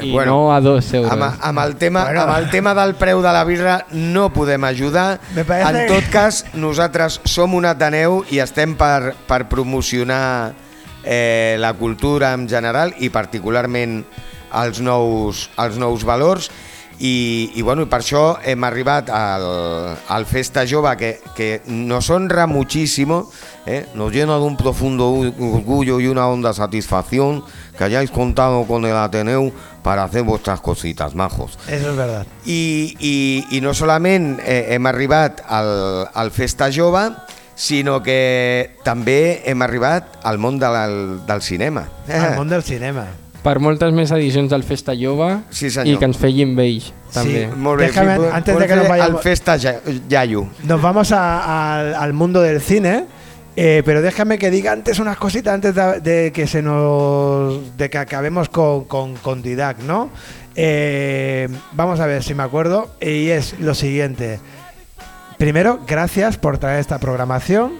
i
Bueno,
no a dos euros.
Amb, amb, el tema,
Bueno.
amb el tema del preu de la birra no podem ajudar.
Me parece
En tot cas, nosaltres som un Ateneu i estem per, per promocionar eh, la cultura en general i particularment els nous, els nous valors. I, i, bueno, i per això hem arribat al, al Festa Jove, que, que nos honra muchísimo, eh? nos llena de un profundo u- orgullo y una honda satisfacción que hayáis contado con el Ateneu para hacer vuestras cositas, majos.
Eso es verdad.
I, i, i no solament eh, hem arribat al, al Festa Jove, sinó que també hem arribat al món de la, del cinema.
[laughs] Al mundo del cinema.
Per moltes més edicions del Festa Jove
Sí, senyor.
i que ens feien vells, també. Sí.
[laughs] Molt bé,
Déjame,
si po-
antes de
pots
que nos
fer
vayamos-
Al Festa Ja- Yayo.
Nos vamos a- al- al mundo del cine. eh, pero déjame que diga antes unas cositas antes de, de que se nos de que acabemos con, con, con Didac, ¿no? Eh, vamos a ver si me acuerdo. Y es lo siguiente. Primero, gracias por traer esta programación.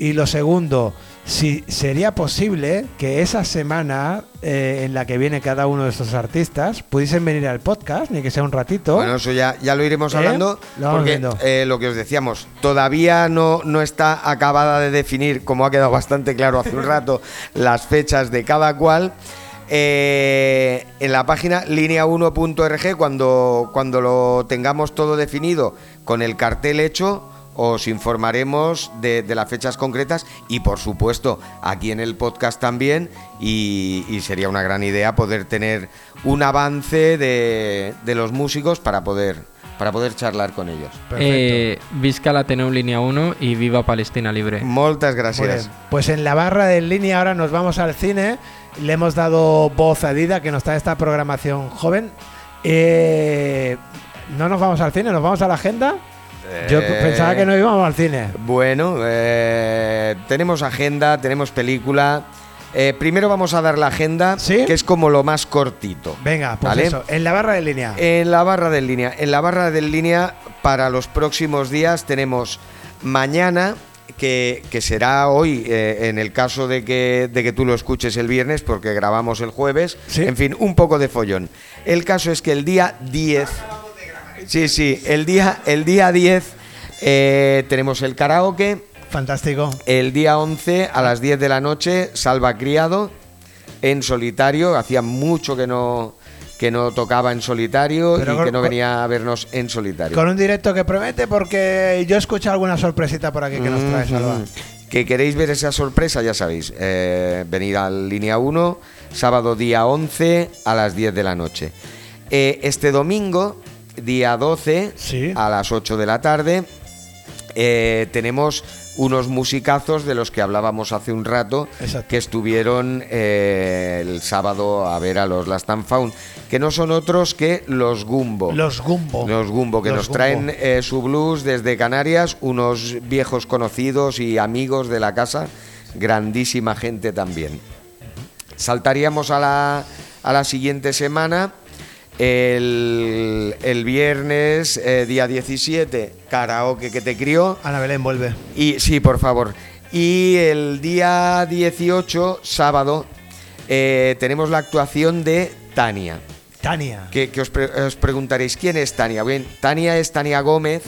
Y lo segundo, si sería posible que esa semana eh, en la que viene cada uno de estos artistas pudiesen venir al podcast, ni que sea un ratito.
Bueno, eso ya, ya lo iremos
¿Eh?
hablando,
Lo vamos
porque
viendo.
eh, lo que os decíamos, todavía no, no está acabada de definir, como ha quedado bastante claro hace un rato, las fechas de cada cual. Eh, en la página línea1.org, cuando, cuando lo tengamos todo definido con el cartel hecho, os informaremos de, de las fechas concretas y por supuesto aquí en el podcast también y, y sería una gran idea poder tener un avance de, de los músicos para poder, para poder charlar con ellos.
Eh, visca l'Ateneu Línia 1 i viva Palestina Libre.
Muchas
Muy
gracias.
bien. Pues en la barra de en línea ahora nos vamos al cine. Le hemos dado voz a Dida que nos trae esta programación joven. Eh, no nos vamos al cine, nos vamos a la agenda. Yo
Eh.
pensaba que no íbamos al cine.
Bueno, eh, tenemos agenda, tenemos película. Eh, primero vamos a dar la agenda,
¿Sí?
que es como lo más cortito.
Venga, pues
¿Vale? Eh.
eso, en la barra de línea.
En la barra del línea. En la barra del línea para los próximos días tenemos mañana, que, que será hoy, eh, en el caso de que, de que tú lo escuches el viernes, porque grabamos el jueves.
Sí.
En fin, un poco de follón. El caso es que el día 10. Sí, sí, el día, el día 10 eh, tenemos el karaoke.
Fantástico.
El día 11 a las 10 de la noche, Salva Criado en solitario. Hacía mucho que no, que no tocaba en solitario
Pero
y
con-
que no
con-
venía a vernos en solitario.
Con un directo que promete porque yo he escuchado alguna sorpresita por aquí que nos trae Salva.
Mm, Que queréis ver esa sorpresa, ya sabéis, eh, venir a Línea 1, sábado día 11 a las 10 de la noche. Eh, este domingo, día 12,
Sí.
a las 8 de la tarde, eh, tenemos unos musicazos de los que hablábamos hace un rato,
Exacto.
que estuvieron eh, el sábado a ver a los Last and Found, que no son otros que los Gumbo.
Los Gumbo.
Los Gumbo, que
Los
nos
Gumbo.
traen eh, su blues desde Canarias, unos viejos conocidos y amigos de la casa grandísima gente también. Saltaríamos a la, a la siguiente semana. El, el viernes, eh, día 17, karaoke que te crió.
Ana Belén vuelve.
Y sí, por favor. Y el día 18, sábado, eh, tenemos la actuación de Tania.
Tania.
Que, que os, pre- os preguntaréis, ¿quién es Tania? Bien, Tania es Tania Gómez,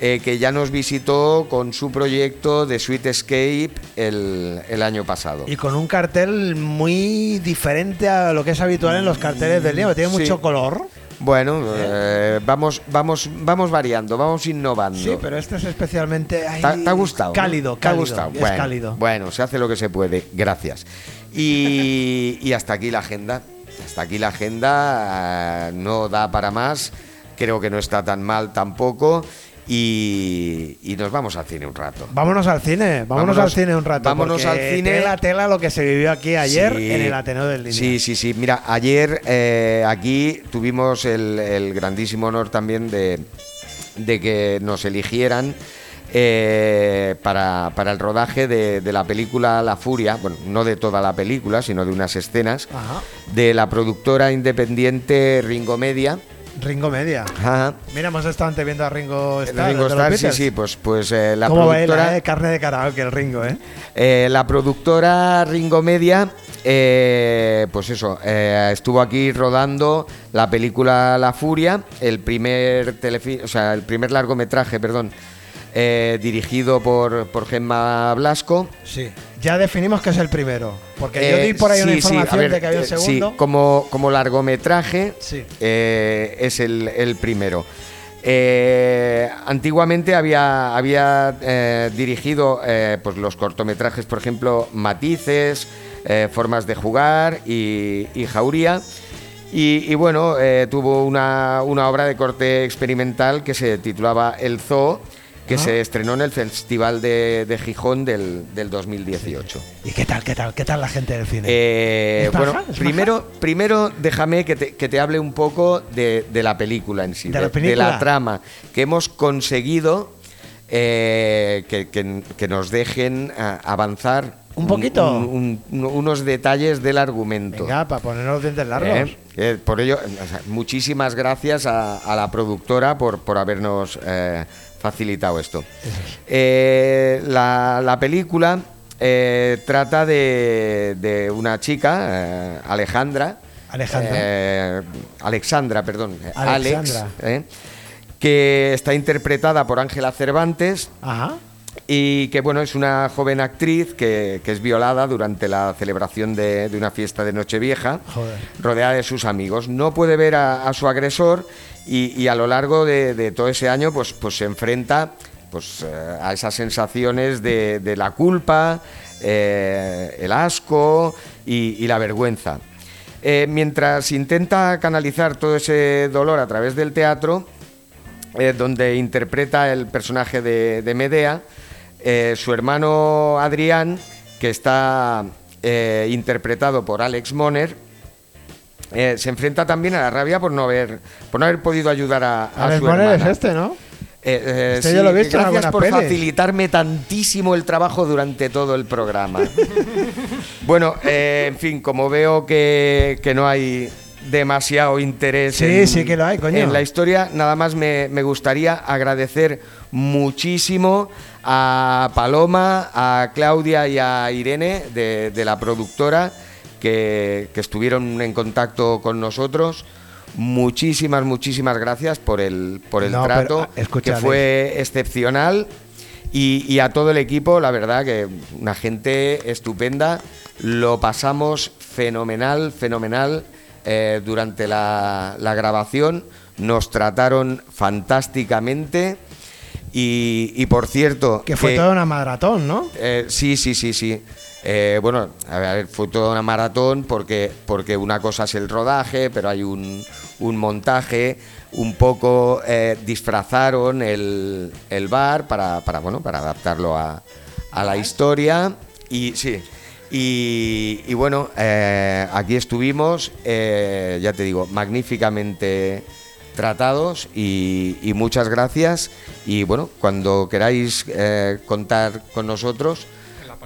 eh, que ya nos visitó con su proyecto de Sweet Escape el, el año pasado.
Y con un cartel muy diferente a lo que es habitual en los carteles del día, tiene
Sí.
mucho color.
Bueno, eh, vamos, vamos, vamos variando, vamos innovando.
Sí, pero este es especialmente. ay,
¿Te ha, te ha gustado? no?
Cálido,
¿Te ha
cálido.
gustado?
Es
bueno,
cálido.
bueno, se hace lo que se puede. Gracias. Y, y hasta aquí la agenda. Hasta aquí la agenda. ah, No da para más. Creo que no está tan mal tampoco. Y, y nos vamos al cine un rato.
Vámonos al cine, vámonos,
Vámonos-
al cine un rato.
vámonos
porque
al cine.
Tela, tela lo que se vivió aquí ayer
Sí.
en el Ateneo del Línea.
Sí, sí, sí. Mira, ayer eh, aquí tuvimos el, el grandísimo honor también de, de que nos eligieran eh, para, para el rodaje de, de la película La Furia, bueno, no de toda la película, sino de unas escenas,
Ajá.
de la productora independiente Ringo Media.
Ringo Media.
Ajá.
Mira, hemos estado antes viendo a Ringo Starr.
Ringo
el de los
Starr, sí,
Beatles.
sí, pues, pues eh, la
¿Cómo
productora...
baila, eh? Carne de karaoke el Ringo, ¿eh?
Eh, la productora Ringo Media, eh, pues eso, eh, estuvo aquí rodando la película La Furia, el primer telefi- o sea, el primer largometraje, perdón, eh, dirigido por, por Gemma Blasco.
Sí. Ya definimos que es el primero. Porque yo
Eh,
di por ahí una
sí, sí, a
información
ver,
de que había un
eh,
segundo.
Sí, como, como largometraje
Sí.
eh, es el, el primero. Eh, antiguamente había, había eh, dirigido eh, pues los cortometrajes, por ejemplo, Matices, eh, Formas de Jugar y, y Jauría. Y, y bueno, eh, tuvo una, una obra de corte experimental que se titulaba El Zoo, que se estrenó en el Festival de, de Gijón del, del 2018.
¿Y qué tal, qué tal, qué tal la gente del cine?
Eh,
¿Es
bueno,
baja? ¿Es
primero, primero déjame que te, que te hable un poco de, de la película en sí,
¿De la película?
la trama, que hemos conseguido eh, que, que- que nos dejen ah, avanzar
¿Un poquito?
un- un- unos detalles del argumento.
Venga, para poner los dientes largos.
Eh, eh, por ello, o sea, muchísimas gracias a, a la productora por, por habernos eh, facilitado esto. Eh, la, la película eh, trata de, de una chica, eh, Alejandra.
Alejandra.
eh, Alexandra, perdón. eh,
Alexandra.
Alex. eh, que está interpretada por Ángela Cervantes
Ajá.
y que bueno, es una joven actriz que, que es violada durante la celebración de, de una fiesta de Nochevieja,
Joder.
rodeada de sus amigos. No puede ver a, a su agresor y, y a lo largo de, de todo ese año pues, pues se enfrenta pues, eh, a esas sensaciones de, de la culpa, eh, el asco y- y la vergüenza. Eh, mientras intenta canalizar todo ese dolor a través del teatro, eh, donde interpreta el personaje de, de Medea, eh, su hermano Adrián, que está eh, interpretado por Alex Moner, eh, se enfrenta también a la rabia por no haber, por no haber podido ayudar a, a
Alex
su
Moner es
hermana.
este, ¿no?
Eh, eh,
Este
sí,
yo lo he visto en
gracias
alguna
por
peli.
facilitarme tantísimo el trabajo durante todo
[laughs]
el programa. bueno, eh, en fin, como veo que, que no hay demasiado interés
Sí,
en,
sí que lo hay, coño.
en la historia, nada más me, me gustaría agradecer muchísimo a Paloma, a Claudia y a Irene de, de la productora que, que estuvieron en contacto con nosotros. Muchísimas, muchísimas gracias por el, por el
No, pero,
trato,
ah, escucha,
que fue excepcional. Y, y a todo el equipo, la verdad que una gente estupenda. Lo pasamos fenomenal, fenomenal eh, durante la, la grabación. Nos trataron fantásticamente. Y, y por cierto,
Que fue
que-
toda una maratón, ¿no?
eh, sí, sí, sí, sí. Eh, bueno, a ver, fue toda una maratón porque, porque una cosa es el rodaje, pero hay un, un montaje. Un poco eh, disfrazaron el, el bar para, para, bueno, para adaptarlo a, a la historia. Y sí. Y, y bueno, eh, aquí estuvimos, eh, ya te digo, magníficamente tratados y, y muchas gracias. Y bueno, cuando queráis eh, contar con nosotros,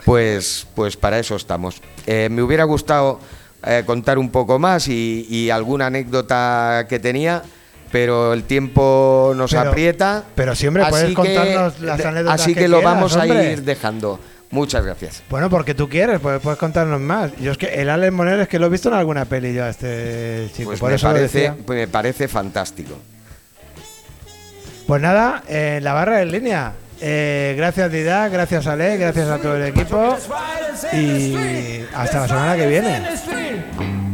pues, pues para eso estamos. Eh, me hubiera gustado eh, contar un poco más y, y alguna anécdota que tenía, pero el tiempo nos
Pero-
aprieta.
pero sí, hombre, puedes contarnos las
de-
anécdotas
Así
que
que, lo
quieras,
vamos a
hombre.
ir dejando. Muchas gracias.
Bueno, porque tú quieres, pues puedes contarnos más. Yo es que el Alex Moner es que lo he visto en alguna peli yo a este chico,
Pues
por
me,
eso lo
parece,
decía.
me parece fantástico.
Pues nada, eh, la barra en línea. Eh, gracias Didac, gracias Ale, gracias a todo el equipo y hasta la semana que viene.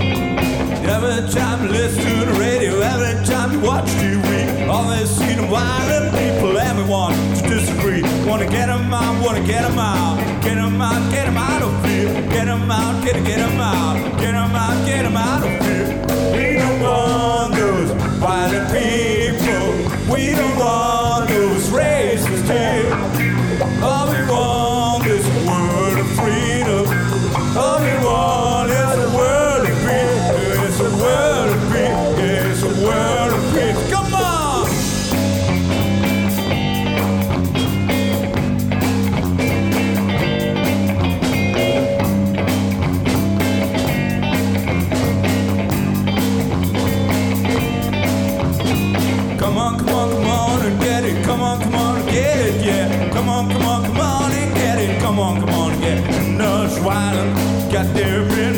Every time you listen to the radio, every time you watch TV, always see the wild people, everyone to disagree. Wanna get 'em out, wanna get 'em out, get 'em out, get 'em out of here. Get 'em out, get, get 'em out, get 'em out, get 'em out of here. We don't want those wild people, we don't want those racists here. All we want is a world of freedom. All we want is a world of peace. It's a world of peace. It's a world of peace. Come on! Come on, come on, come on and get it. Come on, come on and get it, yeah. Come on, come on, come on and get it. Come on, come on and get it. Nurse Wild, got their real